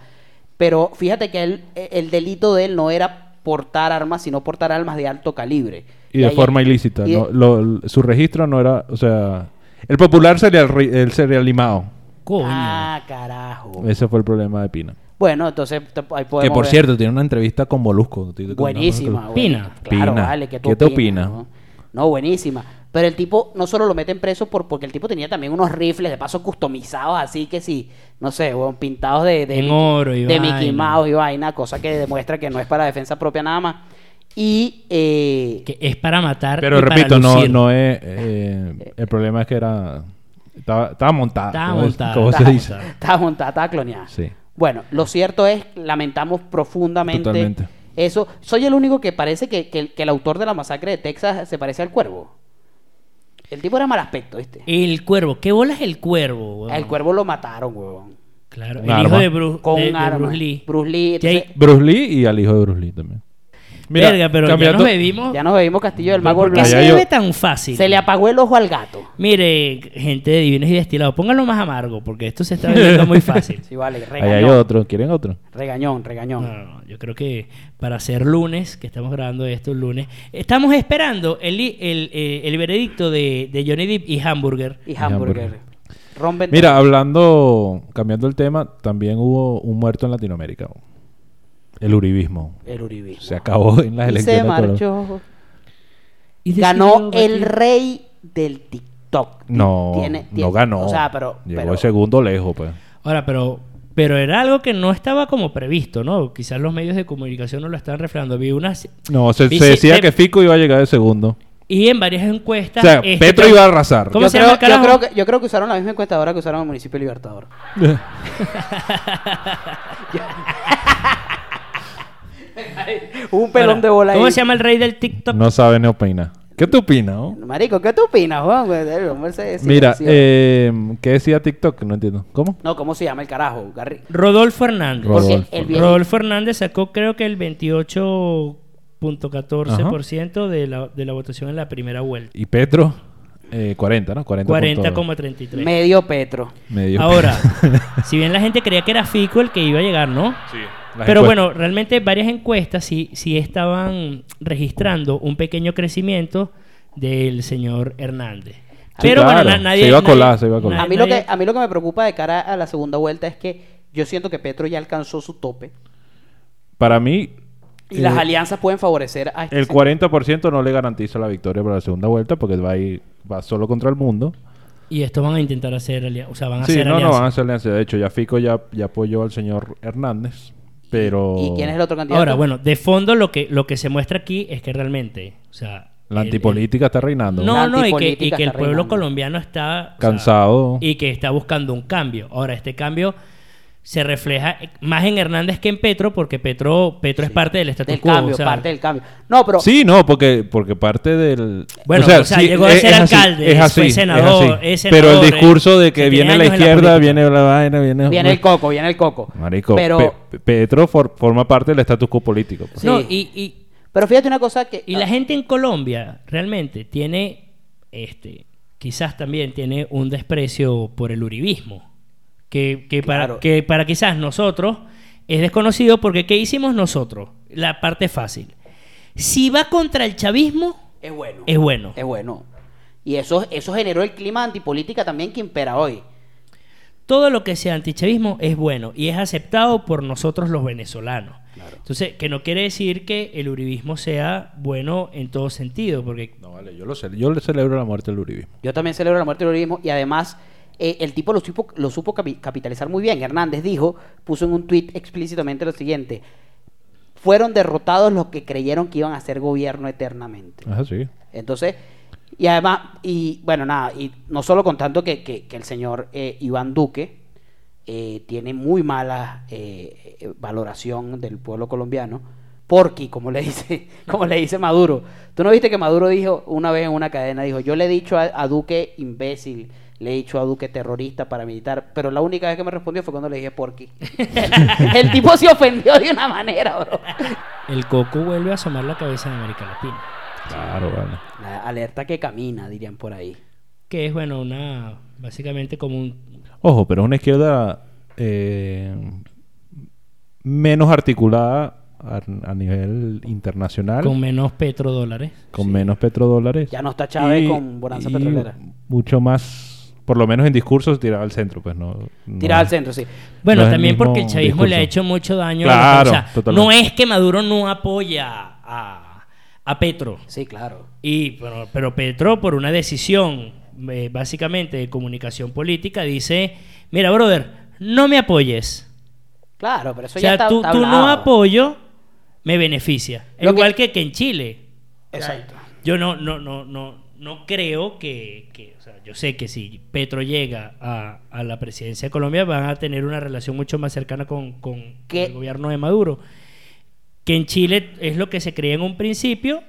S3: Pero fíjate que él- eh, el delito de él no era portar armas, sino portar armas de alto calibre.
S4: Y de
S3: ahí-
S4: forma ilícita.
S3: y de-
S4: ¿no? Lo- su registro no era, o sea, el popular sería el, ri- el cereal limado.
S5: Coño.
S3: Ah, carajo.
S4: Ese fue el problema de Pina.
S3: Bueno, entonces te- ahí podemos
S4: que por
S3: ver.
S4: cierto, tiene una entrevista con Molusco. Estoy-
S3: Buenísima.
S4: con-
S3: güey.
S5: Pina.
S3: Claro,
S4: Pina.
S3: vale, ¿qué, tú
S4: ¿Qué te
S3: opinas,
S4: opina?
S3: No? No, buenísima. Pero el tipo no solo lo meten preso por, porque el tipo tenía también unos rifles de paso customizados, así que sí, no sé, weón, pintados de, de,
S5: En
S3: Mickey-
S5: oro y
S3: de
S5: vaina.
S3: Mickey Mouse y vaina, cosa que demuestra que no es para defensa propia nada más. Y eh,
S5: Que es para matar.
S4: Pero
S5: y para
S4: repito, no,
S5: lucir.
S4: no es. eh, el problema es que era. Estaba, estaba montada.
S5: Estaba
S4: como es-
S5: montada,
S4: como
S5: estaba
S4: se
S3: [laughs]
S4: dice.
S5: montada.
S3: estaba montada, estaba cloneada.
S4: Sí.
S3: Bueno, lo cierto es, lamentamos profundamente
S4: Totalmente.
S3: eso. Soy el único que parece que, que- que el autor de la masacre de Texas se parece al cuervo. El tipo era mal aspecto, ¿viste?
S5: El cuervo. ¿Qué bola es el cuervo? weón?
S3: Al cuervo lo mataron, huevón.
S5: Claro,
S4: Un
S5: el hijo
S4: arma.
S5: de, Bru-
S3: Con
S5: de- de
S3: un arma.
S5: Bruce Lee.
S3: Bruce Lee, entonces-
S5: Jake-
S4: Bruce Lee y al hijo de Bruce Lee también.
S5: Verga, pero ya nos bebimos.
S3: Ya nos bebimos Castillo del Mago
S5: ¿Por qué
S4: Allá
S5: se
S3: Blanco.
S4: yo-
S5: bebe tan fácil?
S3: Se le apagó el ojo al gato.
S5: Mire, gente de divinos y destilados, póngalo más amargo, porque esto se está bebiendo muy
S4: [laughs]
S5: fácil.
S3: Sí, vale, regañón.
S4: Ahí hay otro. Ah. ¿Quieren otro?
S3: Regañón, regañón.
S5: No, no, no, yo creo que para ser lunes, que estamos grabando esto el lunes, estamos esperando el, el, eh, el veredicto de, de Johnny Depp y Hamburger.
S3: Y hamburger.
S4: hamburger.
S3: Rompen.
S4: Mira, hablando, cambiando el tema, también hubo un muerto en Latinoamérica. El uribismo.
S3: El uribismo.
S4: Se acabó en las
S3: Y
S4: elecciones.
S3: se
S4: de Colombia.
S3: marchó.
S5: Y decidió
S3: Ganó el
S5: batir-
S3: rey del TikTok.
S4: No,
S3: Tiene- tiene-
S4: no ganó.
S3: O sea, pero.
S4: Llegó
S3: pero-
S4: el segundo lejos, pues.
S5: Ahora, pero, pero era algo que no estaba como previsto, ¿no? Quizás los medios de comunicación no lo estaban reflejando. Vi unas...
S4: No, se, se
S5: Dice-
S4: decía
S5: Pep-
S4: que Fico iba a llegar de
S5: [laughs]
S4: segundo.
S5: Y en varias encuestas...
S4: O sea,
S5: este
S4: Petro
S5: tra-
S4: iba a arrasar.
S5: ¿Cómo
S3: yo,
S5: se
S3: creo,
S5: llama el
S3: yo,
S5: carajo?
S3: creo que, yo creo que usaron la misma encuestadora que usaron el municipio de Libertador. [laughs] Un pelón
S5: Ahora,
S3: de bola ahí.
S5: ¿Cómo se llama el rey del TikTok?
S4: No sabe ni opinar. ¿Qué te opinas? no?
S3: Marico, ¿qué tú opinas, Juan? Pues, el hombre se- se-
S4: Mira,
S3: se-
S4: eh, ¿qué decía TikTok? No entiendo. ¿Cómo?
S3: No, ¿cómo se llama el carajo? Garri-
S5: Rodolfo Hernández.
S4: Rodolfo.
S3: Porque el viejo-
S5: Rodolfo Hernández sacó creo que el 28.14% de la, de la votación en la primera vuelta.
S4: Y Petro, eh, 40, ¿no? 40. punto-
S5: 40,33.
S3: medio Petro.
S4: medio. [laughs]
S5: Ahora, si bien la gente creía que era Fico el que iba a llegar, ¿no?
S4: [laughs] Las
S5: Pero
S4: encuestas.
S5: bueno, realmente varias encuestas sí, sí estaban registrando un pequeño crecimiento del señor Hernández.
S4: Sí,
S5: Pero
S4: claro.
S5: bueno, na- nadie...
S4: Se iba a
S5: nadie-
S4: colar, se iba a colar.
S5: nadie-
S3: A mí, lo que,
S5: nadie-
S3: a mí lo que me preocupa de cara a la segunda vuelta es que yo siento que Petro ya alcanzó su tope
S4: Para mí,
S3: y las alianzas pueden favorecer a este
S4: Eh, el 40% no le garantiza la victoria para la segunda vuelta porque va a ir va solo contra el mundo.
S5: Y estos van a intentar hacer... alia- O sea, van a
S4: Sí,
S5: hacer
S4: no, no
S5: alianzas.
S4: van a hacer alianza. De hecho, ya Fico ya, ya apoyó al señor Hernández. Pero.
S3: ¿Y quién es el otro candidato?
S5: Ahora, bueno, de fondo lo que, lo que se muestra aquí es que realmente, o sea...
S4: La
S5: el-
S4: antipolítica está reinando.
S5: No,
S3: La
S5: no, y que, y
S3: antipolítica
S5: que el
S3: está
S5: pueblo
S3: reinando.
S5: colombiano está... o sea,
S4: Cansado.
S5: y que está buscando un cambio. Ahora, este cambio se refleja más en Hernández que en Petro, porque Petro, Petro es parte del status
S3: del
S5: quo.
S3: cambio,
S5: o sea,
S3: parte del cambio. No, pero
S4: Sí, no, porque, porque parte del.
S5: Bueno, o sea, llegó
S4: eh,
S5: a ser alcalde, fue senador, es
S4: pero el
S5: senador,
S4: discurso
S5: eh,
S4: de que viene
S5: tiene
S4: la
S5: años en la
S4: izquierda,
S5: política.
S4: viene la vaina, viene.
S3: viene el coco, viene el coco.
S4: Marico,
S3: pero,
S4: Pe- Petro for- forma parte del status quo político. pues.
S3: Sí.
S5: No, y, y-
S3: pero fíjate una cosa que ah,
S5: y la gente en Colombia realmente tiene, este, quizás también tiene un desprecio por el uribismo, que, que,
S3: Claro.
S5: para, que para quizás nosotros es desconocido, porque ¿qué hicimos nosotros? La parte fácil. Si va contra el chavismo,
S3: es bueno.
S5: es bueno.
S3: Es bueno. Y eso, eso generó el clima antipolítica también que impera hoy.
S5: todo lo que sea antichavismo es bueno y es aceptado por nosotros los venezolanos. Entonces, que no quiere decir que el uribismo sea bueno en todo sentido, porque
S4: No, vale, yo, lo cele- yo le celebro la muerte del uribismo.
S3: Yo también celebro la muerte del uribismo y además eh, el tipo lo supo, lo supo capi- capitalizar muy bien. Hernández dijo, puso en un tuit explícitamente lo siguiente. Fueron derrotados los que creyeron que iban a hacer gobierno eternamente.
S4: Es así.
S3: Entonces, y además, y bueno, nada, y no solo contando que, que, que el señor eh, Iván Duque eh, tiene muy mala eh, eh, valoración del pueblo colombiano, porque, como le [laughs] dice, como le dice Maduro, tú no viste que Maduro dijo una vez en una cadena, dijo, yo le he dicho a, a Duque imbécil, le he dicho a Duque terrorista, paramilitar, pero la única vez que me respondió fue cuando le dije porqui. el tipo se ofendió de una manera, bro.
S5: el coco vuelve a asomar la cabeza en América Latina,
S4: Claro, vale.
S3: La alerta que camina, dirían por ahí.
S5: que es, bueno, una básicamente como un...
S4: Ojo, pero es una izquierda eh, menos articulada a, a nivel internacional,
S5: con
S4: con,
S5: menos petrodólares.
S4: menos petrodólares.
S3: Ya no está Chávez con bonanza petrolera.
S4: Mucho más, por lo menos en discursos, tirada al centro, pues no. no-
S3: Tirada al centro, sí.
S5: Bueno,
S4: No es el
S5: también porque el
S4: mismo
S5: chavismo le ha
S4: discurso.
S5: hecho mucho daño. a
S4: Claro,
S5: la- o sea,
S4: totalmente.
S5: no es que Maduro no apoya a, a Petro,
S3: Sí, claro.
S5: Y pero, pero Petro, por una decisión eh, básicamente de comunicación política, dice, mira, brother, no me apoyes.
S3: Claro, pero eso
S5: o
S3: ya
S5: sea,
S3: está,
S5: tu,
S3: está
S5: tu no
S3: hablado.
S5: apoyo me beneficia.
S3: Lo que-
S5: Igual que... que en Chile.
S3: Exacto.
S5: Yo no, no, no, no, no creo que, que- o sea, yo sé que si Petro llega a, a la presidencia de Colombia van a tener una relación mucho más cercana con, con- con
S3: ¿Qué?
S5: el gobierno de Maduro. Que en Chile es lo que se creía en un principio,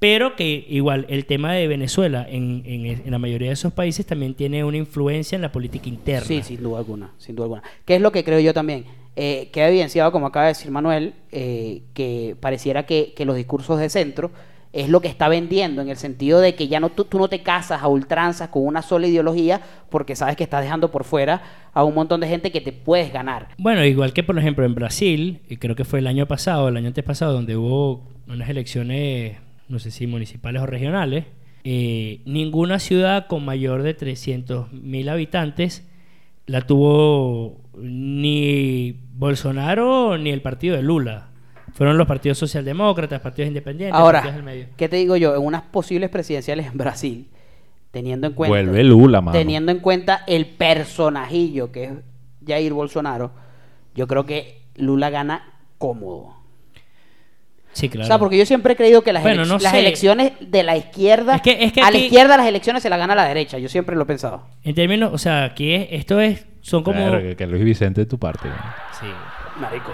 S5: Pero que igual el tema de Venezuela en, en- en la mayoría de esos países también tiene una influencia en la política interna.
S3: Sí, sin duda alguna, sin duda alguna. ¿Qué es lo que creo yo también? Eh, queda evidenciado, como acaba de decir Manuel, eh, que pareciera que, que los discursos de centro es lo que está vendiendo, en el sentido de que ya no tú, tú no te casas a ultranzas con una sola ideología porque sabes que estás dejando por fuera a un montón de gente que te puedes ganar.
S5: Bueno, igual que por ejemplo en Brasil, y creo que fue el año pasado, el año antes pasado, donde hubo unas elecciones, no sé si municipales o regionales, eh, ninguna ciudad con mayor de 300.000 habitantes la tuvo ni Bolsonaro ni el partido de Lula. Fueron los partidos socialdemócratas, partidos independientes, partidos
S3: Ahora,
S5: del medio.
S3: ¿qué te digo yo? En unas posibles presidenciales en Brasil, teniendo en cuenta...
S4: Vuelve Lula, mano.
S3: teniendo en cuenta el personajillo que es Jair Bolsonaro, yo creo que Lula gana cómodo.
S5: Sí, claro.
S3: O sea, porque yo siempre he creído que las,
S5: Bueno,
S3: elec-
S5: no
S3: las
S5: sé.
S3: elecciones de la izquierda,
S5: Es que- es que
S3: a la
S5: aquí-
S3: izquierda las elecciones se las gana la derecha, yo siempre lo he pensado.
S5: En términos, o sea, aquí es, esto es, son como...
S4: Claro, que, que Luis Vicente de tu parte. ¿no?
S5: Sí.
S3: Marico,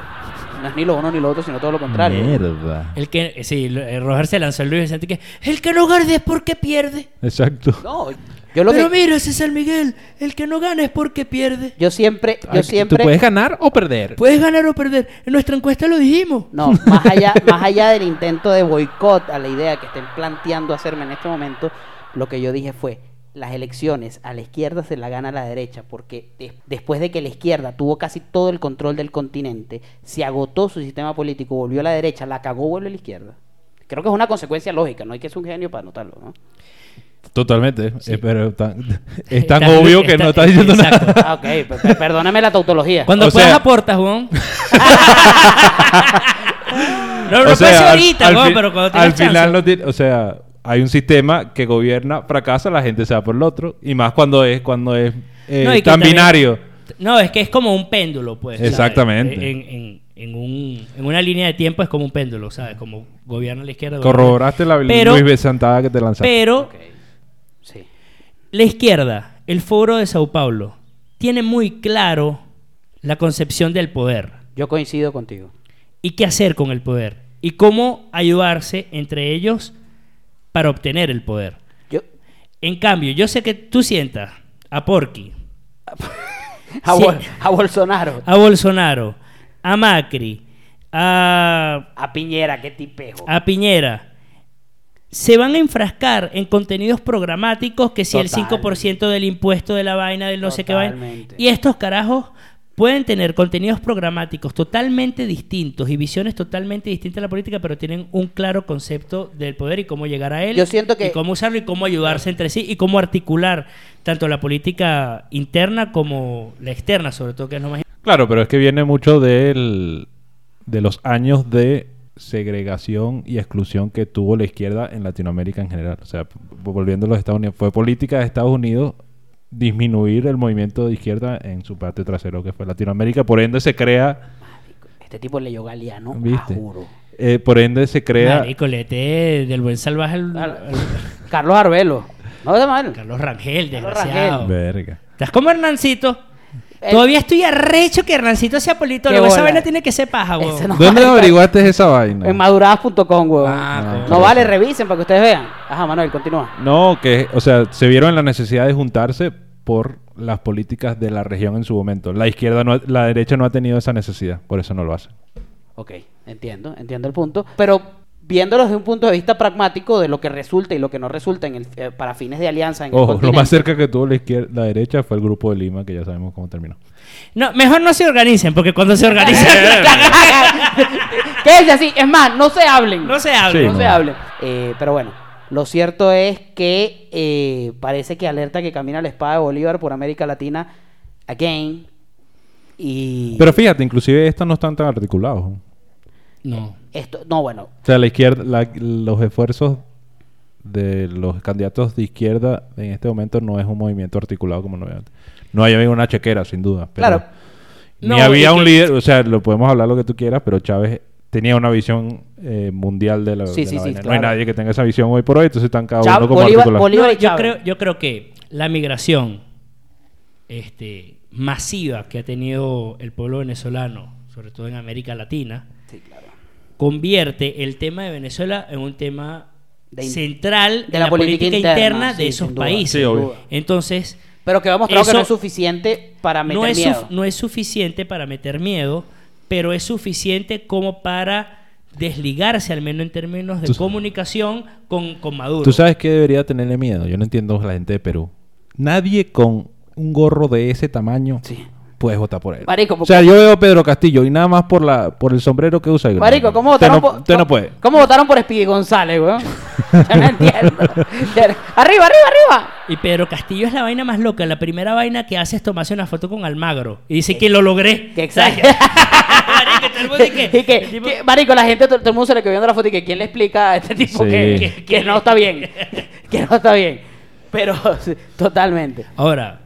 S3: no es ni lo uno ni lo otro, sino todo lo contrario.
S4: Mierda.
S5: El que, eh, sí, lo- eh, Roger se lanzó el Luis Vicente que el que no gana es porque pierde.
S4: Exacto.
S3: No, yo lo
S5: Pero
S3: que,
S5: mira, ese San Miguel, el que no gana es porque pierde.
S3: yo siempre,
S4: Ay,
S3: yo
S4: Tú
S3: siempre
S4: puedes ganar o perder.
S5: Puedes ganar o perder. En nuestra encuesta lo dijimos.
S3: No, más allá, más allá del intento de boicot a la idea que estén planteando hacerme en este momento, lo que yo dije fue, las elecciones a la izquierda se la gana la derecha, porque de- después de que la izquierda tuvo casi todo el control del continente, se agotó su sistema político, volvió a la derecha, la cagó, vuelve a la izquierda. Creo que es una consecuencia lógica, no hay que ser un genio para notarlo, ¿no?
S4: Totalmente. Eh, pero
S5: [laughs]
S4: tan- es tan
S5: Está-
S4: obvio que
S5: está-
S4: no estás diciendo
S5: exacto.
S4: nada.
S3: Ah, ok, pe- pe- perdóname la tautología.
S5: Cuando
S4: O
S5: puedas
S4: sea- [laughs]
S5: aportas, Juan. no, no
S4: O
S5: puede
S4: sea,
S5: ser
S4: al-
S5: ahorita,
S4: al
S5: Juan,
S4: fin-
S5: pero cuando tengas
S4: Al
S5: chance.
S4: final no tiene- O sea, hay un sistema que gobierna, fracasa, la gente se va por el otro. Y más cuando es, cuando es eh,
S5: No, y que
S4: tan
S5: también-
S4: binario.
S5: No, es que es como un péndulo, pues. ¿sabes?
S4: Exactamente.
S5: En, en- en un- en una línea de tiempo es como un péndulo, ¿sabes? Como gobierna la izquierda. gobierna-
S4: Corroboraste la
S5: Pero-
S4: Luis Vicentada que te lanzaste.
S5: Pero
S3: Sí.
S5: La izquierda, el Foro de Sao Paulo, tiene muy claro la concepción del poder
S3: Yo coincido contigo.
S5: y qué hacer con el poder y cómo ayudarse entre ellos para obtener el poder.
S3: Yo,
S5: En cambio, yo sé que tú sientas a Porky,
S3: a,
S5: Sí.
S3: Bol- a Bolsonaro,
S5: a Bolsonaro, a Macri, a,
S3: a Piñera, qué tipejo.
S5: a Piñera, se van a enfrascar en contenidos programáticos que si
S3: Total.
S5: el 5% del impuesto de la vaina del no sé qué vaina.
S3: Totalmente.
S5: Y estos carajos pueden tener contenidos programáticos totalmente distintos y visiones totalmente distintas de la política, pero tienen un claro concepto del poder y cómo llegar a él,
S3: Yo siento que-
S5: y cómo usarlo y cómo ayudarse entre sí y cómo articular tanto la política interna como la externa, sobre todo que es lo más
S4: Claro, pero es que viene mucho del, de los años de segregación y exclusión que tuvo la izquierda en Latinoamérica en general. O sea, p- volviendo a los Estados Unidos, fue política de Estados Unidos disminuir el movimiento de izquierda en su parte trasero que fue Latinoamérica, por ende se crea,
S3: Este tipo leyó Galeano, a
S4: ¿viste?
S3: juro.
S4: Eh, por ende se crea
S5: Marico, léete E, del buen salvaje al-
S3: Al-
S5: al-
S3: Carlos Arbelo. No está mal.
S5: Carlos Rangel,
S3: Carlos
S5: desgraciado.
S4: verga.
S5: Estás como Hernancito.
S3: El-
S5: Todavía estoy arrecho que Hernancito sea politólogo.
S3: Qué
S5: Esa
S3: bola.
S5: vaina tiene que ser paja, weón.
S3: Ese no-
S4: ¿Dónde
S3: marica.
S4: averiguaste esa vaina?
S3: En maduradas.com, huevón.
S5: Ah,
S3: no vale, revisen para que ustedes vean. Ajá, Manuel, continúa.
S4: No, que, o sea, se vieron en la necesidad de juntarse por las políticas de la región en su momento. La izquierda, no ha- la derecha no ha tenido esa necesidad, por eso no lo hace.
S3: Ok, entiendo, entiendo el punto. Pero viéndolo desde un punto de vista pragmático de lo que resulta y lo que no resulta en el, eh, para fines de alianza en el
S4: Ojo, lo
S3: continente. [laughs]
S4: más cerca que tuvo la izquierda, la derecha fue el grupo de Lima, que ya sabemos cómo terminó.
S5: No, mejor no se organicen, porque cuando
S3: [laughs]
S5: se organizan
S3: ¿Qué es así? Es más, no se hablen.
S5: [laughs] no se habla.
S4: Sí,
S3: no,
S4: no.
S3: se hable. Eh, pero bueno, lo cierto es que eh, parece que alerta que camina la espada de Bolívar por América Latina again. Y
S4: Pero fíjate, inclusive estos no están tan articulados. O
S5: No.
S3: esto, no, bueno,
S4: sea, la izquierda, la- los esfuerzos de los candidatos de izquierda en este momento no es un movimiento articulado como no había antes. No había una chequera, sin duda. pero
S3: Claro.
S4: Ni
S5: No,
S4: había
S5: y
S4: un
S5: que-
S4: líder, o sea, lo podemos hablar lo que tú quieras, pero Chávez tenía una visión eh, mundial de la,
S3: Sí,
S4: de
S3: sí,
S4: la
S3: sí,
S4: vaina.
S3: claro.
S4: No hay nadie que tenga esa visión hoy por hoy, entonces están cada
S3: Chávez-
S4: uno como
S3: Bolívar-
S4: articulado.
S3: Bolívar y
S5: yo,
S3: Chávez.
S5: creo, yo creo que la migración este, masiva que ha tenido el pueblo venezolano, sobre todo en América Latina, convierte el tema de Venezuela en un tema
S3: de in-
S5: central de la, política, interna, de
S3: sí,
S5: esos
S3: sin duda,
S5: países.
S3: sin
S6: obvio.
S3: duda.
S5: Entonces,
S3: Pero que va mostrado que
S5: Eso-
S3: no es suficiente para meter
S5: no es, suf-
S3: miedo.
S5: no es suficiente para meter miedo, pero es suficiente como para desligarse, al menos en términos de
S4: Tú-
S5: comunicación, con, con Maduro.
S4: ¿Tú sabes qué debería tenerle miedo? Yo no entiendo a la gente de Perú. Nadie con un gorro de ese tamaño
S3: Sí.
S4: puedes votar por él.
S3: Marico,
S4: o sea, yo veo a Pedro Castillo y nada más por la por el sombrero que usa. digo,
S3: Marico,
S4: no,
S3: ¿cómo
S4: usted
S3: votaron,
S4: no,
S3: por,
S4: usted no
S3: cómo-
S4: puede.
S3: ¿cómo votaron por Speedy González,
S4: [laughs]
S3: weón? [laughs] Yo no entiendo. arriba, arriba, arriba.
S5: Y Pedro Castillo es la vaina más loca. La primera vaina que hace es tomarse una foto con Almagro. Y dice que lo logré.
S3: Que
S5: ¿Sabes?
S3: exacto. [laughs]
S5: [laughs] Marico, todo el mundo y que-
S3: Y que-
S5: el tipo-
S3: que, marico, la gente, todo todo el mundo se le quedó viendo la foto y que quién le explica a este tipo
S4: Sí.
S3: que, que- que no está bien. [laughs] que no está bien. Pero [laughs] sí, totalmente.
S5: Ahora,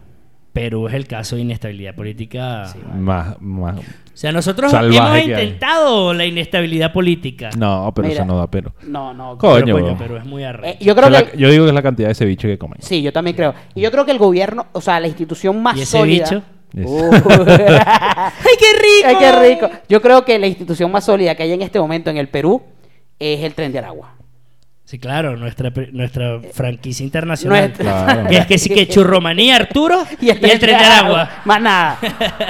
S5: Perú es el caso de inestabilidad política.
S4: Más, más.
S5: O sea, nosotros
S4: Salvaje
S5: hemos
S4: que hay.
S5: intentado la inestabilidad política.
S4: No, pero
S3: Mira.
S4: eso no da pelo.
S3: No, no.
S5: Pero,
S4: Coño.
S5: coño, Perú es muy arrecho.
S3: Eh, yo creo
S4: Que la-
S3: que.
S4: yo digo que es la cantidad de ceviche que comen.
S3: Sí, yo también creo. Y yo creo que el gobierno, o sea, la institución más
S5: ¿Y ese
S3: sólida.
S5: bicho?
S4: Es- [laughs]
S3: Uh. ¡Ay, qué rico! ¡Ay, qué rico! Yo creo que la institución más sólida que hay en este momento en el Perú es el tren de Aragua.
S5: Sí, claro, nuestra, pre- nuestra franquicia internacional.
S3: Nuestra-
S4: Claro.
S5: Que es que sí, que Churromanía, Arturo y el, Tren de Aragua.
S3: Más nada.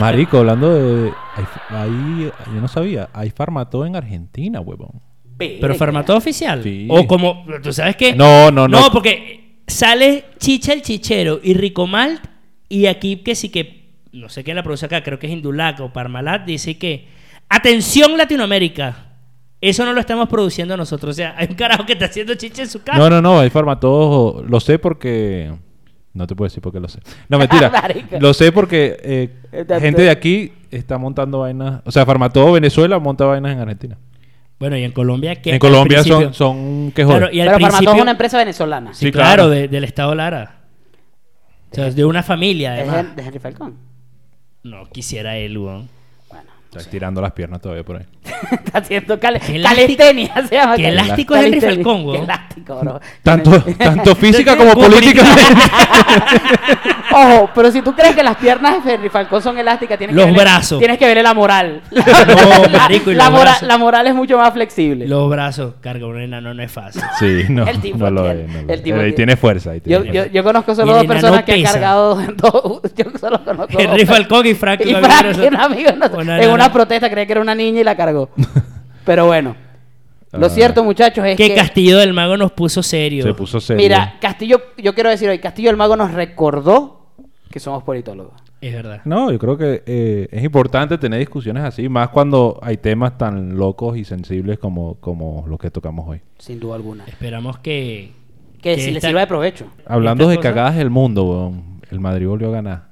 S4: Marico, hablando de. hay- Ahí. Yo no sabía. Hay farmató en Argentina, huevón.
S5: Pero formato oficial.
S4: Sí.
S5: O como, ¿tú sabes qué?
S4: No, no, no.
S5: No, porque sale Chicha el Chichero y Rico Malt y aquí que sí que, no sé qué la produce acá, creo que es Indulac o Parmalat, dice que, atención Latinoamérica, eso no lo estamos produciendo nosotros. O sea, hay un carajo que está haciendo chicha en su casa.
S4: No, no, no, hay farmatodo. Lo sé porque. No te puedo decir porque lo sé. No,
S3: [laughs]
S4: mentira.
S3: Marico.
S4: lo sé porque eh,
S3: Está
S4: gente
S3: todo-
S4: de aquí está montando vainas. O sea, farmatodo Venezuela monta vainas en Argentina.
S5: Bueno, y en Colombia, que
S4: En Colombia
S5: al
S4: son,
S5: principio-
S4: son que
S5: Claro,
S4: joden.
S5: [laughs] y al
S3: Pero Farmatodo es
S5: principio-
S3: una empresa venezolana.
S5: Sí,
S4: Sí,
S5: claro,
S4: claro.
S5: de- del Estado Lara. O sea, es de una familia,
S3: Es
S5: además.
S3: de, de Henry Falcón.
S5: No, quisiera él, weón.
S3: Bueno, [laughs]
S4: Está estirando las piernas todavía
S5: [laughs]
S4: por ahí.
S3: está haciendo cal
S5: Qué
S3: [laughs]
S5: elástico-
S3: calistenia. Se llama
S5: qué
S3: cal-
S5: elástico es Henry
S3: calistenia.
S5: Falcón, weón.
S3: Qué elástico, bro.
S4: Tanto,
S5: [laughs]
S4: tanto física
S5: Como
S4: como política.
S5: [laughs]
S4: [laughs]
S3: Ojo, pero si tú crees que las piernas de Henry Falcón son elásticas, tienes
S5: Los
S3: que verle-
S5: brazos.
S3: Tienes que verle la moral. La,
S5: [laughs] No, marico, y
S3: la
S5: los
S3: mora-
S5: brazos.
S3: la moral es mucho más flexible.
S5: Los brazos, carga un enano, no es
S3: [laughs]
S5: fácil. [laughs]
S4: sí, no.
S3: El tipo
S4: no lo
S3: tiene-
S4: es, no lo
S3: el
S4: es.
S3: tipo
S4: Pero
S3: tiene-
S4: ahí tiene fuerza. ahí
S3: Yo,
S4: tiene
S3: yo,
S4: fuerza.
S3: yo conozco solo
S5: Y
S3: dos
S5: el enano
S3: personas que han
S5: pesa.
S3: cargado [laughs] dos- Yo solo conozco dos
S5: Henry
S3: personas.
S5: Falcón y Frank,
S3: Y
S5: un
S3: Frank,
S5: amigo de
S3: un
S5: nosotros.
S3: amigo de nosotros,
S5: Una
S3: en
S5: nana.
S3: una protesta creía que era una niña y la
S5: [laughs]
S3: cargó. Pero bueno, lo
S4: Ah.
S3: cierto, muchachos, es
S5: que,
S3: que.
S5: Castillo del Mago nos puso serio.
S4: Se puso serio.
S3: Mira, Castillo, yo quiero decir hoy, Castillo el Mago nos recordó que somos politólogos.
S5: Es verdad.
S4: No, yo creo que eh, es importante tener discusiones así, más cuando hay temas tan locos y sensibles como, como los que tocamos hoy.
S3: Sin duda alguna.
S5: Esperamos que.
S3: Que si le
S5: esta-
S3: sirva de provecho.
S4: Hablando de
S5: ¿Estas cosas?
S4: cagadas del mundo, weón, el Madrid volvió a ganar.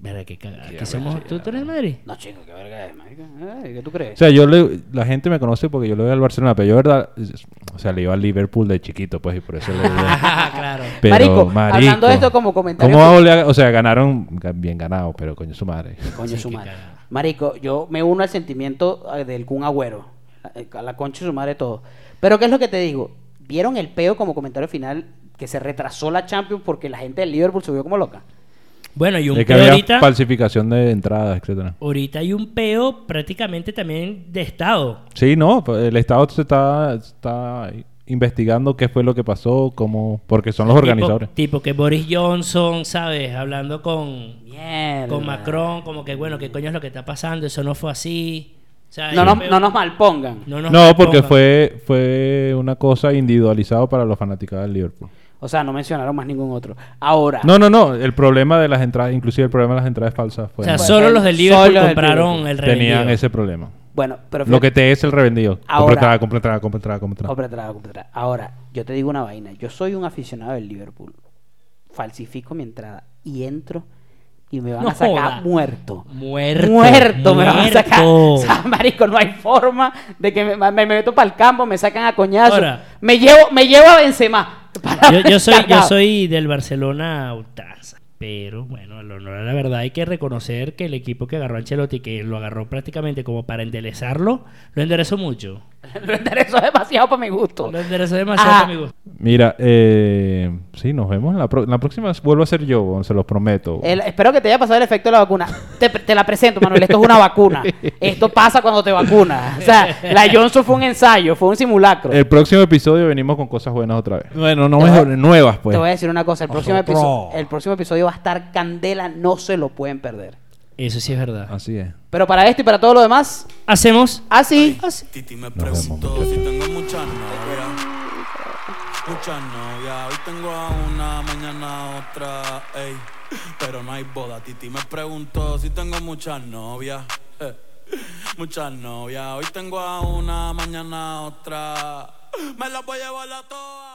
S5: Verga, que cagada. Que somos. ¿Tú, tú eres
S3: [laughs]
S5: de Madrid?
S3: No, chico, qué verga es, marica. Ay, ¿Qué tú
S4: O
S3: crees?
S4: sea, yo le- la gente me conoce porque yo le voy al Barcelona, pero yo, verdad, es- o sea, le iba al Liverpool de chiquito, pues, y por eso le
S3: [laughs]
S4: voy a-
S5: Ah, claro.
S4: Pero,
S3: Marico, hablando de esto como comentario-
S4: ¿Cómo va a volver a- O sea, ganaron ga- bien ganado, pero coño su madre.
S3: Coño,
S5: sí,
S3: su
S5: qué
S3: madre.
S5: cagada.
S3: Marico, yo me uno al sentimiento eh, del Kun Agüero. A a la concha de su madre todo. Pero ¿qué es lo que te digo? ¿Vieron el peo como comentario final que se retrasó la Champions porque la gente del Liverpool se vio como loca?
S5: Bueno, y un
S4: Es que
S5: peo
S4: había
S5: ahorita.
S4: falsificación de entradas, etcétera.
S5: Ahorita hay un peo prácticamente también de Estado.
S4: Sí, no, pues, el Estado se está, está investigando qué fue lo que pasó, cómo, porque son los organizadores.
S5: Tipo, tipo que Boris Johnson, ¿sabes? Hablando con.
S3: Mierda.
S5: con Macron, como que bueno, ¿qué coño es lo que está pasando? Eso no fue así. O sea,
S3: No,
S5: yo
S3: no,
S5: veo-
S3: no nos malpongan.
S5: no nos
S4: No, porque
S5: pongan.
S4: fue, fue una cosa individualizada para los fanaticados del Liverpool.
S3: O sea, no mencionaron más ningún otro. Ahora.
S4: No, no, no, el problema de las entradas, inclusive el problema de las entradas falsas
S5: O
S4: fue...
S5: sea,
S4: no,
S5: solo los del
S3: Solo
S5: Liverpool
S3: los del
S5: compraron
S3: Liverpool.
S5: el revendido.
S4: tenían ese problema.
S3: Bueno, pero
S4: Lo que te es el revendido.
S3: Ahora-
S4: Compra entrada, compra entrada, compra entrada, compra entrada.
S3: Compra entrada, compra entrada. Ahora, yo te digo una vaina. Yo soy un aficionado del Liverpool. Falsifico mi entrada y entro y me van
S5: No
S3: a sacar
S5: joda.
S3: muerto.
S5: Muerto.
S3: Muerto, me van a
S5: muerto.
S3: sacar. [laughs] O sea, marico, no hay forma de que me, me- me meto para el campo, me sacan a coñazo.
S5: Ahora.
S3: me llevo, me llevo a Benzema. para
S5: [laughs] Yo, yo soy, yo
S3: cargado. [laughs]
S5: soy del Barcelona a ultranza. Pero bueno, al honor a la verdad hay que reconocer que el equipo que agarró a Ancelotti, que lo agarró prácticamente como para enderezarlo, lo enderezó mucho.
S3: Lo enderezó demasiado para mi gusto.
S5: Lo enderezó demasiado,
S3: Ajá.
S5: amigo.
S4: Mira, eh, sí, nos vemos. La, pro- la próxima vuelvo a ser yo, weón, se los prometo.
S3: El- espero que te haya pasado el efecto de la vacuna. Te, te la presento, Manuel. Esto es una
S5: [laughs]
S3: vacuna. Esto pasa cuando te vacunas. O sea, la Johnson fue un ensayo, fue un simulacro.
S4: El próximo episodio venimos con cosas buenas otra vez. Bueno, no mejor, nuevas, pues.
S3: Te voy a decir una cosa. El próximo,
S4: Nosotros.
S3: episo- el próximo episodio va a estar candela. No se lo pueden perder.
S5: Eso sí es verdad.
S4: Así es.
S3: Pero para este y para todo lo demás,
S5: Hacemos
S3: así.
S6: Titi me
S4: vemos,
S6: preguntó si tengo muchas novias. Muchas novias. Hoy tengo a una, mañana a otra. Ey, pero no hay boda. Titi me preguntó si tengo muchas [laughs] novias. Eh, Muchas novias. Hoy tengo a una, mañana a otra. Me las voy a llevar a todas.